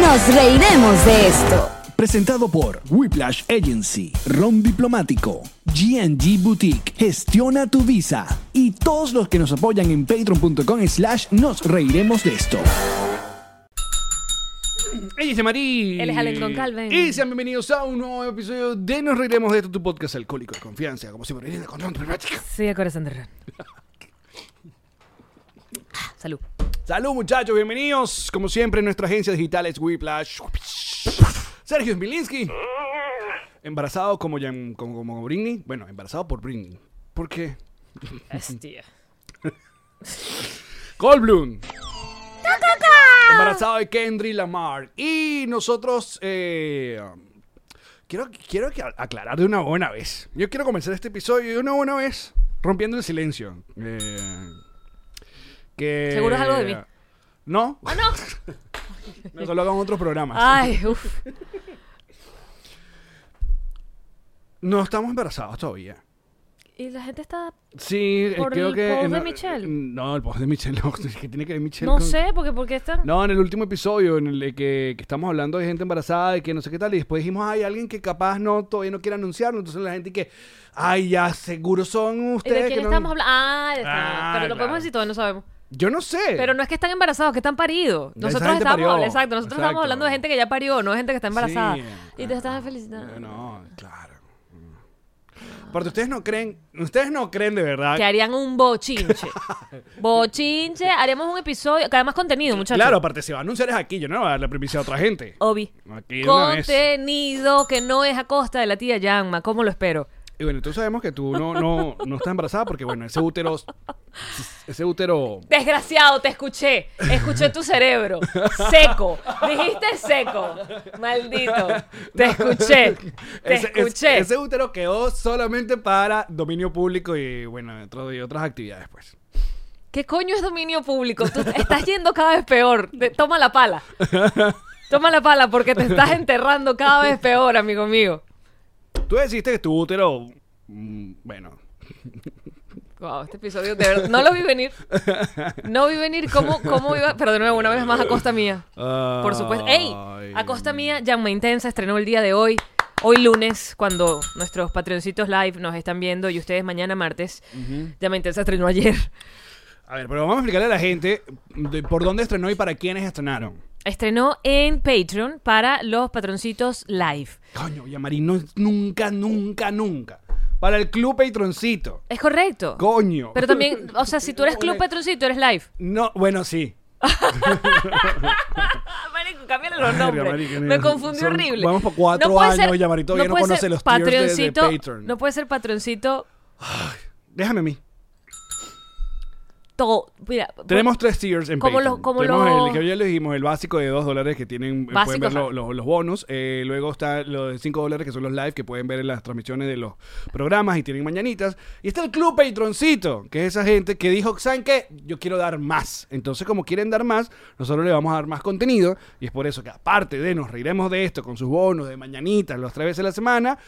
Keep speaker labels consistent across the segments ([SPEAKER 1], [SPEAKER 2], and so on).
[SPEAKER 1] Nos reiremos de esto.
[SPEAKER 2] Presentado por Whiplash Agency, Ron Diplomático, GNG Boutique, Gestiona tu Visa y todos los que nos apoyan en patreon.com slash nos reiremos de esto.
[SPEAKER 3] Ella es Marí.
[SPEAKER 4] Él es Allen Goncalves.
[SPEAKER 3] Y sean bienvenidos a un nuevo episodio de Nos Reiremos de esto, tu podcast alcohólico de confianza. Como siempre, Irene, con Ron Diplomático.
[SPEAKER 4] Sí, de corazón de ron. Salud.
[SPEAKER 3] Salud, muchachos, bienvenidos. Como siempre, nuestra agencia digital es Whiplash. Sergio Smilinski. Embarazado como, Jan- como, como Britney. Bueno, embarazado por Britney. ¿Por qué?
[SPEAKER 4] Hostia.
[SPEAKER 3] Goldblum. Embarazado de Kendry Lamar. Y nosotros. eh, quiero, quiero que- aclarar de una buena vez. Yo quiero comenzar este episodio de una buena vez rompiendo el silencio. Eh, que,
[SPEAKER 4] Seguro es algo de mí.
[SPEAKER 3] No. no. Eso lo hago en otros programas.
[SPEAKER 4] Ay, uff.
[SPEAKER 3] No estamos embarazados todavía.
[SPEAKER 4] Y la gente está.
[SPEAKER 3] Sí, eh,
[SPEAKER 4] ¿Por
[SPEAKER 3] creo
[SPEAKER 4] el
[SPEAKER 3] que.
[SPEAKER 4] post
[SPEAKER 3] en-
[SPEAKER 4] de Michelle?
[SPEAKER 3] No, el post de Michelle. No, que tiene que ver Michelle.
[SPEAKER 4] No
[SPEAKER 3] con-
[SPEAKER 4] sé, porque porque están.
[SPEAKER 3] No, en el último episodio en el de que, que estamos hablando de gente embarazada y que no sé qué tal, y después dijimos, hay alguien que capaz no todavía no quiere anunciarlo, entonces la gente que, ay, ya seguro son
[SPEAKER 4] ¿Y de
[SPEAKER 3] ustedes.
[SPEAKER 4] quién
[SPEAKER 3] que no-".
[SPEAKER 4] estamos hablando? Ah, de
[SPEAKER 3] Ah,
[SPEAKER 4] pero lo
[SPEAKER 3] claro.
[SPEAKER 4] podemos decir todavía no sabemos.
[SPEAKER 3] Yo no sé.
[SPEAKER 4] Pero no es que están embarazados, que están paridos.
[SPEAKER 3] Ya esa
[SPEAKER 4] Nosotros
[SPEAKER 3] gente
[SPEAKER 4] estamos,
[SPEAKER 3] parió.
[SPEAKER 4] exacto, nosotros
[SPEAKER 3] Exacto.
[SPEAKER 4] estamos hablando de gente que ya parió, no de gente que está embarazada.
[SPEAKER 3] Sí,
[SPEAKER 4] y te
[SPEAKER 3] claro.
[SPEAKER 4] estás felicitando.
[SPEAKER 3] Eh, No, claro. Porque ustedes no creen, ustedes no creen de verdad.
[SPEAKER 4] Que harían un bochinche. bochinche, haríamos un episodio, cada más contenido, muchachos.
[SPEAKER 3] Claro, aparte, si va a anunciar es aquí, yo no le voy a dar la primicia a otra gente.
[SPEAKER 4] Obi.
[SPEAKER 3] Aquí de una vez.
[SPEAKER 4] Contenido que no es a costa de la tía Yanma, ¿cómo lo espero?
[SPEAKER 3] Y bueno, entonces sabemos que tú no, no, no estás embarazada porque, bueno, ese útero, ese útero
[SPEAKER 4] Desgraciado, te escuché. Escuché tu cerebro. Seco. Dijiste seco. Maldito. Te escuché. Te
[SPEAKER 3] Ese- es-
[SPEAKER 4] escuché.
[SPEAKER 3] ese útero quedó solamente para dominio público y bueno, otro- y otras actividades, pues.
[SPEAKER 4] ¿Qué coño es dominio público? Tú estás yendo cada vez peor. Te- toma la pala. Toma la pala porque te estás enterrando cada vez peor, amigo mío.
[SPEAKER 3] Tú deciste que tu útero. mm, Bueno.
[SPEAKER 4] Wow, este episodio de verdad. No lo vi venir. No vi venir cómo, cómo iba. Pero de nuevo, una vez más a costa mía. Por supuesto. ¡Ey! A costa mía, Llama Intensa estrenó el día de hoy. Hoy lunes, cuando nuestros patroncitos live nos están viendo y ustedes mañana martes. Llama Intensa estrenó ayer.
[SPEAKER 3] A ver, pero vamos a explicarle a la gente de por dónde estrenó y para quiénes estrenaron.
[SPEAKER 4] Estrenó en Patreon para los patroncitos live.
[SPEAKER 3] Coño, Yamarín, no, nunca, nunca, nunca. Para el club patroncito.
[SPEAKER 4] Es correcto.
[SPEAKER 3] Coño.
[SPEAKER 4] Pero también, o sea, si tú eres Club Patroncito, eres live.
[SPEAKER 3] No, bueno, sí.
[SPEAKER 4] Ah, marico, cámbiale los
[SPEAKER 3] Verga,
[SPEAKER 4] nombres.
[SPEAKER 3] marica,
[SPEAKER 4] Me
[SPEAKER 3] no,
[SPEAKER 4] confundí
[SPEAKER 3] son-
[SPEAKER 4] horrible.
[SPEAKER 3] vamos por cuatro
[SPEAKER 4] puede
[SPEAKER 3] años, ya, marico, todavía no
[SPEAKER 4] puede
[SPEAKER 3] conoce
[SPEAKER 4] ser
[SPEAKER 3] los tiers de- de
[SPEAKER 4] patroncito-
[SPEAKER 3] Patreon.
[SPEAKER 4] No puede ser Patroncito
[SPEAKER 3] Déjame a mí.
[SPEAKER 4] todo. Mira,
[SPEAKER 3] Tenemos tres tiers en
[SPEAKER 4] Pues, Como
[SPEAKER 3] Patreon.
[SPEAKER 4] los- como
[SPEAKER 3] Tenemos
[SPEAKER 4] los-
[SPEAKER 3] el que ya le dijimos, el básico de 2 dólares que tienen, eh, pueden
[SPEAKER 4] Básico,
[SPEAKER 3] ver lo-
[SPEAKER 4] ajá.
[SPEAKER 3] lo- los bonos. Eh, luego está los de 5 dólares que son los live que pueden ver en las transmisiones de los programas y tienen mañanitas. Y está el club Patroncito, que es esa gente que dijo, ¿saben qué? Yo quiero dar más. Entonces, como quieren dar más, nosotros le vamos a dar más contenido. Y es por eso que aparte de nos reiremos de esto con sus bonos de mañanitas las tres veces a la semana,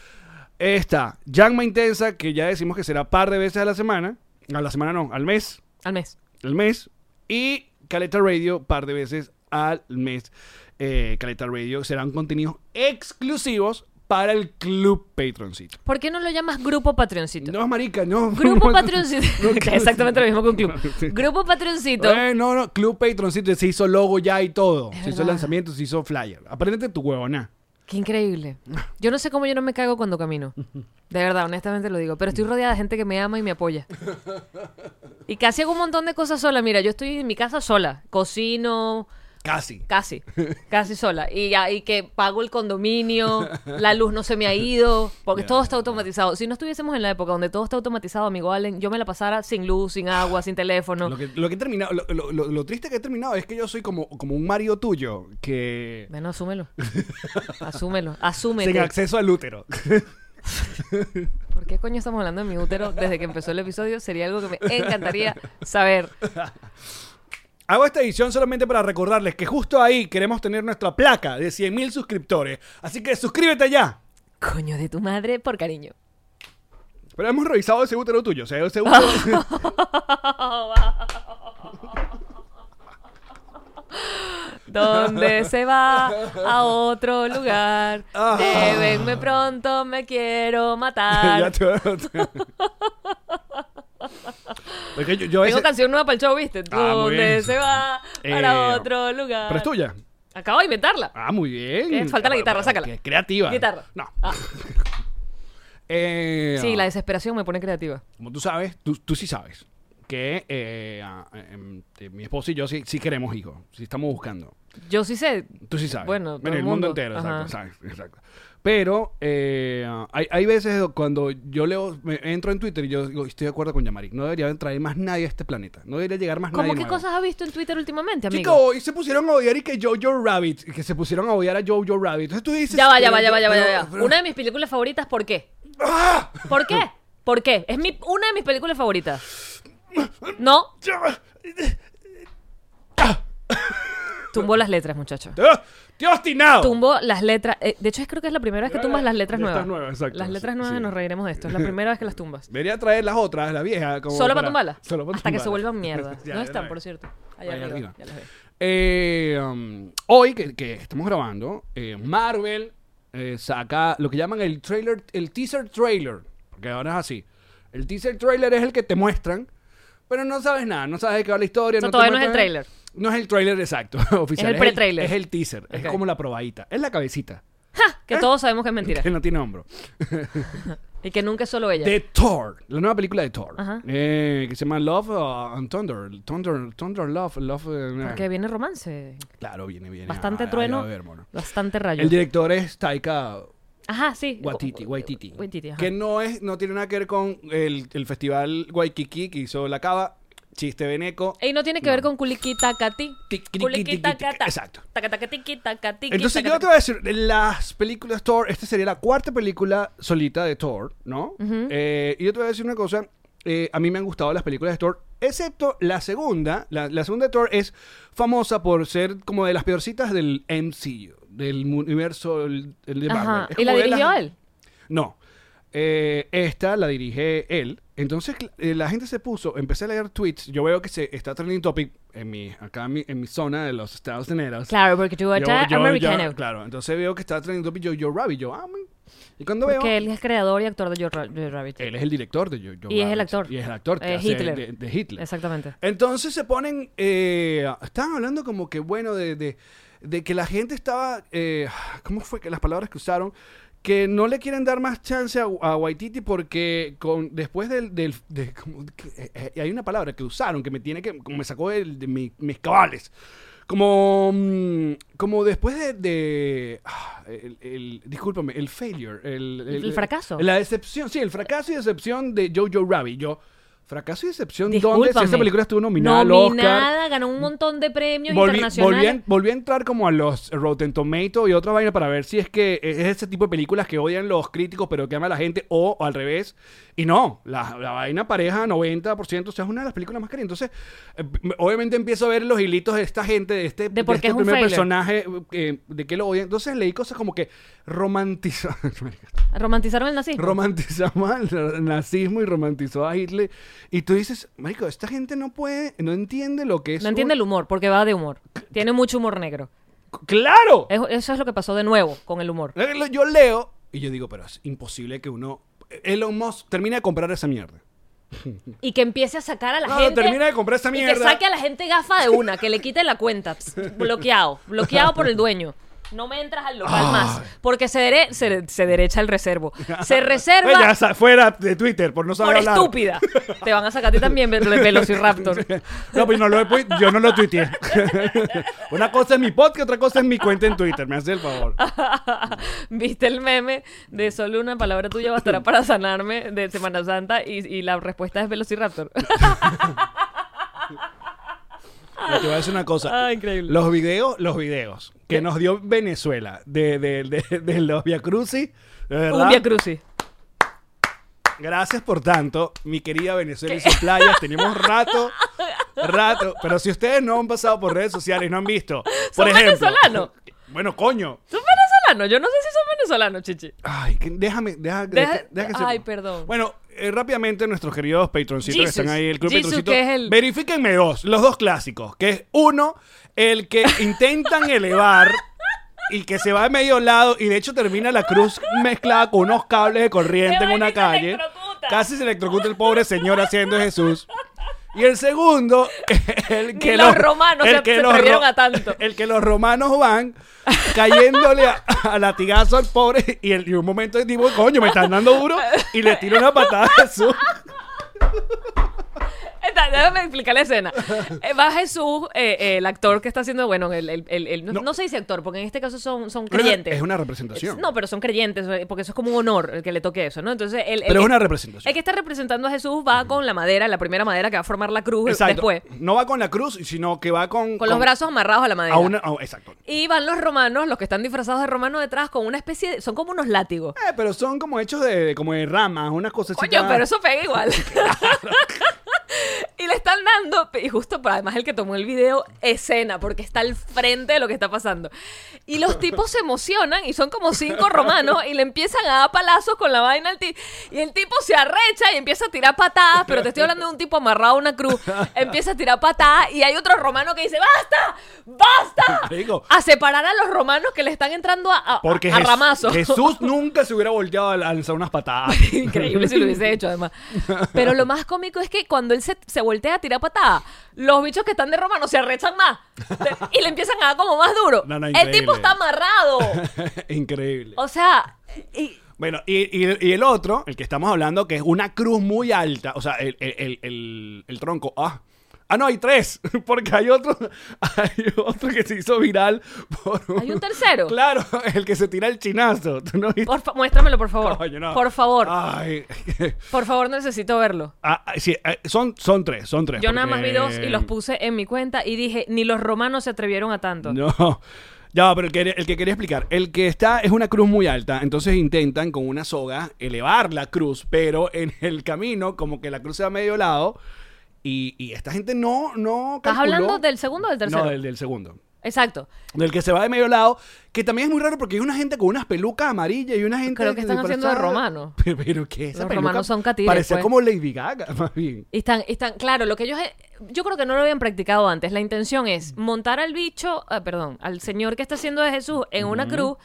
[SPEAKER 3] está Yangma Intensa, que ya decimos que será par de veces a la semana. A la semana no, al mes
[SPEAKER 4] al mes.
[SPEAKER 3] al mes y Caleta Radio par de veces al mes. Eh, Caleta Radio serán contenidos exclusivos para el club Patroncito.
[SPEAKER 4] ¿Por qué no lo llamas Grupo Patreoncito?
[SPEAKER 3] No, marica, no.
[SPEAKER 4] Grupo
[SPEAKER 3] No,
[SPEAKER 4] Patreoncito.
[SPEAKER 3] no,
[SPEAKER 4] Que es Exactamente lo mismo que un club. Grupo Patreoncito.
[SPEAKER 3] Eh, no, no, Club Patroncito. Se hizo logo ya y todo. se hizo
[SPEAKER 4] verdad.
[SPEAKER 3] lanzamiento, se hizo flyer. Aprendete tu huevona.
[SPEAKER 4] Qué increíble. Yo no sé cómo yo no me cago cuando camino. De verdad, honestamente lo digo. Pero estoy rodeada de gente que me ama y me apoya. Y casi hago un montón de cosas sola. Mira, yo estoy en mi casa sola. Cocino,
[SPEAKER 3] Casi.
[SPEAKER 4] casi, casi sola. Y, ya- y que pago el condominio, la luz no se me ha ido, porque todo está automatizado. Si no estuviésemos en la época donde todo está automatizado, amigo Allen, yo me la pasara sin luz, sin agua, sin teléfono.
[SPEAKER 3] Lo que, lo que he terminado, lo, lo- lo- lo triste que he terminado es que yo soy como, como un Mario tuyo que.
[SPEAKER 4] Bueno, asúmelo. Asúmelo. Asúmete.
[SPEAKER 3] Sin acceso al útero.
[SPEAKER 4] ¿Por qué coño estamos hablando de mi útero desde que empezó el episodio? Sería algo que me encantaría saber.
[SPEAKER 3] Hago esta edición solamente para recordarles que justo ahí queremos tener nuestra placa de 100.000 suscriptores. Así que suscríbete ya.
[SPEAKER 4] Coño de tu madre, por cariño.
[SPEAKER 3] Pero hemos revisado ese útero tuyo. O sea, ese útero.
[SPEAKER 4] Donde se va a otro lugar. Déjenme pronto, me quiero
[SPEAKER 3] Ya
[SPEAKER 4] matar.
[SPEAKER 3] te- Porque yo, yo a
[SPEAKER 4] Tengo
[SPEAKER 3] veces-
[SPEAKER 4] canción nueva para el show, ¿viste?
[SPEAKER 3] Ah, muy
[SPEAKER 4] Donde
[SPEAKER 3] bien.
[SPEAKER 4] se va
[SPEAKER 3] Eh,
[SPEAKER 4] para otro lugar.
[SPEAKER 3] Pero es tuya.
[SPEAKER 4] Acabo de inventarla.
[SPEAKER 3] Ah, muy bien.
[SPEAKER 4] ¿Qué? Falta la guitarra,
[SPEAKER 3] Pero,
[SPEAKER 4] sácala.
[SPEAKER 3] que es creativa.
[SPEAKER 4] Guitarra.
[SPEAKER 3] No.
[SPEAKER 4] Ah,
[SPEAKER 3] Eh,
[SPEAKER 4] sí, la desesperación me pone creativa.
[SPEAKER 3] Como tú sabes, tú, tú sí sabes que eh, ah, em, eh, mi esposo y yo sí, sí queremos hijos. Sí estamos buscando.
[SPEAKER 4] Yo sí sé.
[SPEAKER 3] Tú sí sabes.
[SPEAKER 4] Bueno, todo
[SPEAKER 3] en
[SPEAKER 4] el
[SPEAKER 3] el mundo
[SPEAKER 4] mundo.
[SPEAKER 3] entero, exacto,
[SPEAKER 4] Ajá.
[SPEAKER 3] sabes, exacto. Pero eh, hay, hay veces cuando yo leo, me entro en Twitter y yo digo, estoy de acuerdo con Yamarik, no debería traer más nadie a este planeta, no debería llegar más nadie.
[SPEAKER 4] ¿Cómo qué
[SPEAKER 3] nuevo".
[SPEAKER 4] cosas has visto en Twitter últimamente, amigo?
[SPEAKER 3] Chico, y se pusieron a odiar y que Jojo Rabbit, y que se pusieron a odiar a Jojo Rabbit. Entonces tú dices.
[SPEAKER 4] Ya va, ya
[SPEAKER 3] pero
[SPEAKER 4] va, ya
[SPEAKER 3] yo-
[SPEAKER 4] va, ya va, ya
[SPEAKER 3] pero-
[SPEAKER 4] va.
[SPEAKER 3] pero-
[SPEAKER 4] Una de mis películas favoritas, ¿por qué?
[SPEAKER 3] ¡Ah!
[SPEAKER 4] ¿Por qué? ¿Por qué? Es mi, una de mis películas favoritas. No,
[SPEAKER 3] Ya va.
[SPEAKER 4] tumbó las letras, muchacho.
[SPEAKER 3] ¡Ah! ¡Te he obstinado!
[SPEAKER 4] Tumbó las letras. eh, de hecho, es creo que es la primera vez que tumbas las letras
[SPEAKER 3] Estas
[SPEAKER 4] nuevas.
[SPEAKER 3] nuevas, exacto,
[SPEAKER 4] Las letras
[SPEAKER 3] sí,
[SPEAKER 4] nuevas
[SPEAKER 3] sí.
[SPEAKER 4] nos reiremos de esto. Es la primera vez que las tumbas.
[SPEAKER 3] Debería traer las otras, la vieja. Como
[SPEAKER 4] Solo para tumbarlas.
[SPEAKER 3] Solo para
[SPEAKER 4] Hasta que se
[SPEAKER 3] tumbarlas.
[SPEAKER 4] vuelvan mierda.
[SPEAKER 3] Ya,
[SPEAKER 4] no
[SPEAKER 3] ya
[SPEAKER 4] están,
[SPEAKER 3] la
[SPEAKER 4] por
[SPEAKER 3] ves.
[SPEAKER 4] cierto. Allá
[SPEAKER 3] Ahí
[SPEAKER 4] arriba.
[SPEAKER 3] arriba.
[SPEAKER 4] ya las ves.
[SPEAKER 3] Eh, um, hoy que, que estamos grabando, eh, Marvel eh, saca lo que llaman el trailer, el teaser trailer. Porque ahora es así. El teaser trailer es el que te muestran, pero no sabes nada, no sabes de qué va la historia.
[SPEAKER 4] O sea,
[SPEAKER 3] te
[SPEAKER 4] todavía no es el
[SPEAKER 3] muestran-
[SPEAKER 4] tráiler.
[SPEAKER 3] No es el trailer exacto, oficial.
[SPEAKER 4] pre-tráiler.
[SPEAKER 3] Es el teaser, es
[SPEAKER 4] Ok.
[SPEAKER 3] como la probadita, es la cabecita,
[SPEAKER 4] ¡Ja! Que todos sabemos que es mentira.
[SPEAKER 3] que no tiene hombro.
[SPEAKER 4] Y que nunca es solo ella.
[SPEAKER 3] De Thor, la nueva película de Thor,
[SPEAKER 4] Ajá.
[SPEAKER 3] eh, que se llama Love uh, and Thunder, Thunder, Thunder Love, Love. eh,
[SPEAKER 4] Porque viene romance.
[SPEAKER 3] Claro, viene, viene.
[SPEAKER 4] Bastante
[SPEAKER 3] Ah,
[SPEAKER 4] trueno.
[SPEAKER 3] ya va a ver, mono.
[SPEAKER 4] Bastante rayo.
[SPEAKER 3] El director es Taika
[SPEAKER 4] Ajá, sí.
[SPEAKER 3] Waititi, Waititi,
[SPEAKER 4] Waititi, ajá.
[SPEAKER 3] que no es, no tiene nada que ver con el, el festival Waikiki que hizo la cava, chiste veneco.
[SPEAKER 4] Y no tiene que ver con culiquita cati.
[SPEAKER 3] Tiquitiqui,
[SPEAKER 4] Culiquita
[SPEAKER 3] tiquitiqui,
[SPEAKER 4] cata.
[SPEAKER 3] exacto.
[SPEAKER 4] Tacataquitiquita, catiqui,
[SPEAKER 3] Entonces yo te voy a decir, de las películas Thor, esta sería la cuarta película solita de Thor, ¿no? Eh, y yo te voy a decir una cosa, eh, a mí me han gustado las películas de Thor, excepto la segunda, la, la segunda de Thor es famosa por ser como de las peorcitas del MCU, del universo el, el de Marvel.
[SPEAKER 4] Ajá.
[SPEAKER 3] Es
[SPEAKER 4] ¿Y la
[SPEAKER 3] como de las-
[SPEAKER 4] dirigió él?
[SPEAKER 3] No. Eh, esta la dirige él. Entonces cl- eh, la gente se puso, empecé a leer tweets, yo veo que se está trending topic en mi, acá en mi, en mi zona de los Estados Unidos.
[SPEAKER 4] Claro, porque tú
[SPEAKER 3] Yo-
[SPEAKER 4] estás
[SPEAKER 3] yo-
[SPEAKER 4] americano.
[SPEAKER 3] yo- claro, entonces veo que está trending topic yo, yo Rabbit, yo, ah, man. Y cuando veo,
[SPEAKER 4] Porque él es creador y actor de Joe Ra- Joe Rabbit.
[SPEAKER 3] él es el director de yo, Yo
[SPEAKER 4] Y es el
[SPEAKER 3] Rabbit.
[SPEAKER 4] actor.
[SPEAKER 3] Y es el actor que
[SPEAKER 4] Eh,
[SPEAKER 3] hace
[SPEAKER 4] Hitler.
[SPEAKER 3] De, de Hitler.
[SPEAKER 4] Exactamente.
[SPEAKER 3] Entonces se ponen, eh, estaban hablando como que bueno, de, de- de que la gente estaba, eh, ¿cómo fue que las palabras que usaron? Que no le quieren dar más chance a, a Waititi porque con, después del... del- de- como que- eh, eh, hay una palabra que usaron que me tiene que, como me sacó del- de, mi- mis cabales. Como, mm, como después de... de- ah, el, el- discúlpame, el failure. El,
[SPEAKER 4] El fracaso.
[SPEAKER 3] La decepción, sí, el fracaso y decepción de Jojo Rabbit. Yo, fracaso y decepción, ¿dónde? Si
[SPEAKER 4] Discúlpame.
[SPEAKER 3] esa película estuvo nominada al Oscar.
[SPEAKER 4] Nominada, ganó un montón de premios
[SPEAKER 3] Volví,
[SPEAKER 4] internacionales.
[SPEAKER 3] volví a, volví a entrar como a los Rotten Tomatoes y otra vaina para ver si es que es ese tipo de películas que odian los críticos pero que ama la gente o, o al revés. Y no, la, la vaina pareja 90%, o sea, es una de las películas más caras. Entonces, eh, m- obviamente empiezo a ver los hilitos de esta gente, de este,
[SPEAKER 4] por
[SPEAKER 3] este
[SPEAKER 4] qué es un
[SPEAKER 3] primer
[SPEAKER 4] failure.
[SPEAKER 3] personaje, eh, de que lo odian. Entonces leí cosas como que romantizar.
[SPEAKER 4] Romantizaron el nazismo.
[SPEAKER 3] romantizamos al nazismo y romantizó a Hitler. Y tú dices, marico, esta gente no puede, no entiende lo que es.
[SPEAKER 4] no entiende
[SPEAKER 3] un-
[SPEAKER 4] el humor, porque va de humor. Tiene mucho humor negro.
[SPEAKER 3] ¡Claro!
[SPEAKER 4] Es- eso es lo que pasó de nuevo con el humor.
[SPEAKER 3] Eh, lo- Yo leo Y yo digo, pero es imposible que uno. Elon Musk termina de comprar esa mierda.
[SPEAKER 4] Y que empiece a sacar a la
[SPEAKER 3] No,
[SPEAKER 4] gente.
[SPEAKER 3] termina de comprar esa
[SPEAKER 4] Y que
[SPEAKER 3] mierda.
[SPEAKER 4] saque a la gente gafa de una, que le quite la cuenta. Pss, bloqueado. Bloqueado por el dueño. No me entras al local más. Porque se, dere- se, se derecha el reservo. Se reserva.
[SPEAKER 3] Ella Pues sa- fuera de Twitter por no saber
[SPEAKER 4] por
[SPEAKER 3] hablar.
[SPEAKER 4] estúpida. Te van a sacar a ti también, ve- ve- Velociraptor.
[SPEAKER 3] No, pues no lo he pu- yo no lo tuiteé. Una cosa es mi podcast, otra cosa es mi cuenta en Twitter. Me hace el favor.
[SPEAKER 4] ¿Viste el meme de solo una palabra tuya bastará para sanarme de Semana Santa? Y, y la respuesta es Velociraptor.
[SPEAKER 3] Pero te voy a decir una cosa.
[SPEAKER 4] Ah, increíble.
[SPEAKER 3] Los videos, los videos que nos dio Venezuela de, de, de, de los Via Crucis. de verdad,
[SPEAKER 4] Un Via Crucis.
[SPEAKER 3] Gracias por tanto, mi querida Venezuela y sus playas. Tenemos rato, rato. Pero si ustedes no han pasado por redes sociales, no han visto. Por
[SPEAKER 4] ¿Son
[SPEAKER 3] ejemplo.
[SPEAKER 4] venezolanos?
[SPEAKER 3] Bueno, coño.
[SPEAKER 4] ¿Son venezolanos? Yo no sé si son venezolanos, chichi.
[SPEAKER 3] Ay, que- déjame, deja,
[SPEAKER 4] Deja-
[SPEAKER 3] deja- deja que se-
[SPEAKER 4] ay, perdón.
[SPEAKER 3] Bueno, eh, rápidamente nuestros queridos patroncitos que
[SPEAKER 4] Jesus.
[SPEAKER 3] están ahí, el club
[SPEAKER 4] Jesus,
[SPEAKER 3] patroncito.
[SPEAKER 4] que es el-
[SPEAKER 3] Verifíquenme dos, los dos clásicos, que es uno, el que intentan elevar y que se va de medio lado y de hecho termina la cruz mezclada con unos cables de corriente
[SPEAKER 4] Qué
[SPEAKER 3] en una
[SPEAKER 4] vaina se
[SPEAKER 3] calle.
[SPEAKER 4] electrocuta.
[SPEAKER 3] Casi se electrocuta el pobre señor haciendo Jesús. Y el segundo, el que
[SPEAKER 4] los romanos se- se atrevieron a tanto.
[SPEAKER 3] el que los romanos van cayéndole a, a latigazo al pobre y, el, y un momento el tipo, coño, me están dando duro y le tiro una patada a Jesús.
[SPEAKER 4] Está- déjame explicar la escena. Eh, va Jesús, eh, eh, el actor que está haciendo, bueno, el, el- el- el- no,
[SPEAKER 3] No.
[SPEAKER 4] no se dice actor, porque en este caso son, son
[SPEAKER 3] Pero
[SPEAKER 4] creyentes.
[SPEAKER 3] es una representación.
[SPEAKER 4] No, pero son creyentes, eh, porque eso es como un honor el que le toque eso, ¿no? Entonces, el, el
[SPEAKER 3] Pero es
[SPEAKER 4] que-
[SPEAKER 3] una representación.
[SPEAKER 4] El que está representando a Jesús va con la madera, la primera madera que va a formar la cruz eh,
[SPEAKER 3] Exacto.
[SPEAKER 4] después.
[SPEAKER 3] No va con la cruz, sino que va con...
[SPEAKER 4] Con, los brazos amarrados a la madera.
[SPEAKER 3] A una, a- exacto.
[SPEAKER 4] Y van los romanos, los que están disfrazados de romano detrás, con una especie de. Son como unos látigos.
[SPEAKER 3] Eh, pero son como hechos de, como de ramas, unas cosas
[SPEAKER 4] Coño, pero eso pega igual. y le están dando, y justo, pero además el que tomó el video, escena, porque está al frente de lo que está pasando. Y los tipos se emocionan y son como cinco romanos y le empiezan a dar palazos con la vaina al tipo. Y el tipo se arrecha y empieza a tirar patadas, pero te estoy hablando de un tipo amarrado a una cruz. Empieza a tirar patadas y hay otro romano que dice, ¡basta! ¡Basta!
[SPEAKER 3] Marico.
[SPEAKER 4] A separar a los romanos que le están entrando a, a,
[SPEAKER 3] Porque
[SPEAKER 4] Ah, a
[SPEAKER 3] Jes-
[SPEAKER 4] ramazos.
[SPEAKER 3] Jesús nunca se hubiera volteado a lanzar unas patadas.
[SPEAKER 4] Increíble si lo hubiese hecho, además. Pero lo más cómico es que cuando él se, se voltea a tirar patada, los bichos que están de romano se arrechan más Te- y le empiezan a dar como más duro.
[SPEAKER 3] No, no,
[SPEAKER 4] el
[SPEAKER 3] increíble.
[SPEAKER 4] tipo está amarrado.
[SPEAKER 3] Increíble.
[SPEAKER 4] O sea, y-
[SPEAKER 3] Bueno, y, y- y el otro, el que estamos hablando, que es una cruz muy alta, o sea, el, el- el- el- el tronco, ah. Ah, no, hay tres, porque hay otro, hay otro que se hizo viral por un-
[SPEAKER 4] ¿Hay un tercero?
[SPEAKER 3] Claro, el que se tira el chinazo, ¿tú no viste?
[SPEAKER 4] por fa- muéstramelo, por favor.
[SPEAKER 3] Coño, no. Ah.
[SPEAKER 4] Por favor,
[SPEAKER 3] Ay.
[SPEAKER 4] por favor, necesito verlo.
[SPEAKER 3] Ah, ah, sí, eh, son, son tres, son tres.
[SPEAKER 4] Yo nada más vi
[SPEAKER 3] porque-
[SPEAKER 4] dos y los puse en mi cuenta y dije, ni los romanos se atrevieron a tanto.
[SPEAKER 3] No. No, pero el que, el que quería explicar, el que está es una cruz muy alta, entonces intentan con una soga elevar la cruz, pero en el camino como que la cruz se va a medio lado y, y esta gente no, no
[SPEAKER 4] ¿Estás
[SPEAKER 3] calculó-
[SPEAKER 4] hablando del segundo o del tercero?
[SPEAKER 3] No, del, del segundo.
[SPEAKER 4] Exacto.
[SPEAKER 3] Del que se va de medio lado, que también es muy raro porque hay una gente con unas pelucas amarillas y una gente...
[SPEAKER 4] Creo que están haciendo de romano.
[SPEAKER 3] Pero, pero ¿qué? Esa
[SPEAKER 4] Los
[SPEAKER 3] peluca
[SPEAKER 4] romanos son catires,
[SPEAKER 3] Parecía
[SPEAKER 4] pues.
[SPEAKER 3] como Lady Gaga, más bien.
[SPEAKER 4] Y Están, están, claro, lo que ellos, yo creo que no lo habían practicado antes. La intención es montar al bicho, ah, perdón, al señor que está haciendo de Jesús en una cruz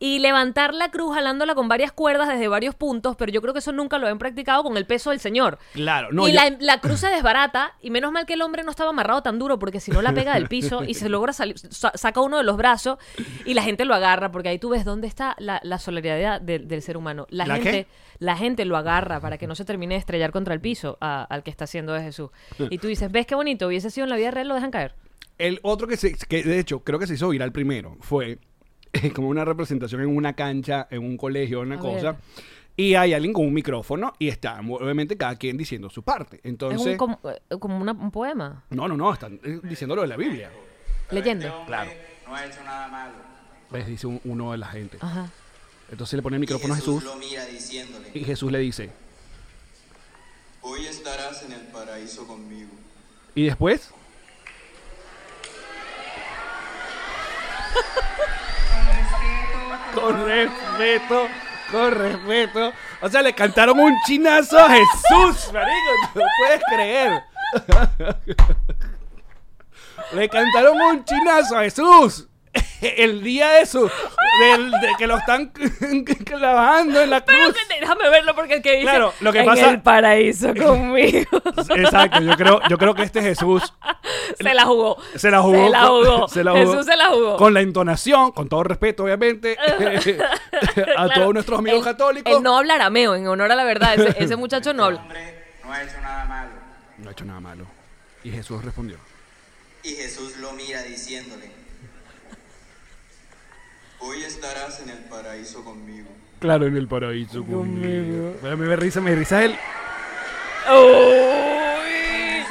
[SPEAKER 4] y levantar la cruz jalándola con varias cuerdas desde varios puntos, pero yo creo que eso nunca lo habían practicado con el peso del señor.
[SPEAKER 3] Claro, no,
[SPEAKER 4] y
[SPEAKER 3] yo-
[SPEAKER 4] la, la cruz se desbarata y menos mal que el hombre no estaba amarrado tan duro porque si no la pega del piso y se logra salir, sa- saca uno de los brazos y la gente lo agarra porque ahí tú ves dónde está la, la solidaridad del- del ser humano. La,
[SPEAKER 3] ¿La
[SPEAKER 4] gente
[SPEAKER 3] qué?
[SPEAKER 4] la gente lo agarra para que no se termine de estrellar contra el piso a- al que está haciendo de Jesús. Y tú dices, ¿ves qué bonito? Hubiese sido en la vida real, lo dejan caer.
[SPEAKER 3] El otro que, se, que de hecho creo que se hizo viral primero fue eh, como una representación en una cancha, en un colegio, una
[SPEAKER 4] A
[SPEAKER 3] cosa.
[SPEAKER 4] ver.
[SPEAKER 3] Y hay alguien con un micrófono y está obviamente cada quien diciendo su parte.
[SPEAKER 4] Es
[SPEAKER 3] Entonces,
[SPEAKER 4] un, como, eh, como una- un poema,
[SPEAKER 3] no, no, no, están eh, diciendo lo de la Biblia.
[SPEAKER 4] leyenda.
[SPEAKER 3] Claro.
[SPEAKER 5] no ha hecho nada malo.
[SPEAKER 3] Les dice un- uno de la gente.
[SPEAKER 4] Ajá.
[SPEAKER 3] Entonces le pone el micrófono a
[SPEAKER 5] Jesús
[SPEAKER 3] Jesús
[SPEAKER 5] lo mira diciéndole,
[SPEAKER 3] y Jesús le dice.
[SPEAKER 5] hoy estarás en el paraíso conmigo.
[SPEAKER 3] Y después, con respeto, con respeto. O sea, le cantaron un chinazo a Jesús, marico, tú no puedes creer. Le cantaron un chinazo a Jesús. el día de su. del- de que lo están clavando en la
[SPEAKER 4] Pero
[SPEAKER 3] cruz.
[SPEAKER 4] que- déjame verlo porque el que dice
[SPEAKER 3] Claro, lo que
[SPEAKER 4] en
[SPEAKER 3] pasa-
[SPEAKER 4] el paraíso conmigo
[SPEAKER 3] Exacto, yo creo, yo creo que este Jesús
[SPEAKER 4] se la jugó.
[SPEAKER 3] se la jugó.
[SPEAKER 4] Se la jugó.
[SPEAKER 3] se la jugó.
[SPEAKER 4] Jesús se la jugó.
[SPEAKER 3] Con la entonación, con todo respeto, obviamente, a
[SPEAKER 4] Claro,
[SPEAKER 3] todos nuestros amigos
[SPEAKER 4] él-
[SPEAKER 3] católicos.
[SPEAKER 4] Él no habla arameo, en honor a la verdad. Ese, ese muchacho no habla.
[SPEAKER 5] hombre no ha hecho nada malo.
[SPEAKER 3] no ha hecho nada malo. Y Jesús respondió.
[SPEAKER 5] Y Jesús lo mira diciéndole, hoy estarás en el paraíso conmigo.
[SPEAKER 3] Claro, en el paraíso conmigo. Bueno, me risa, me risa él
[SPEAKER 4] Uy.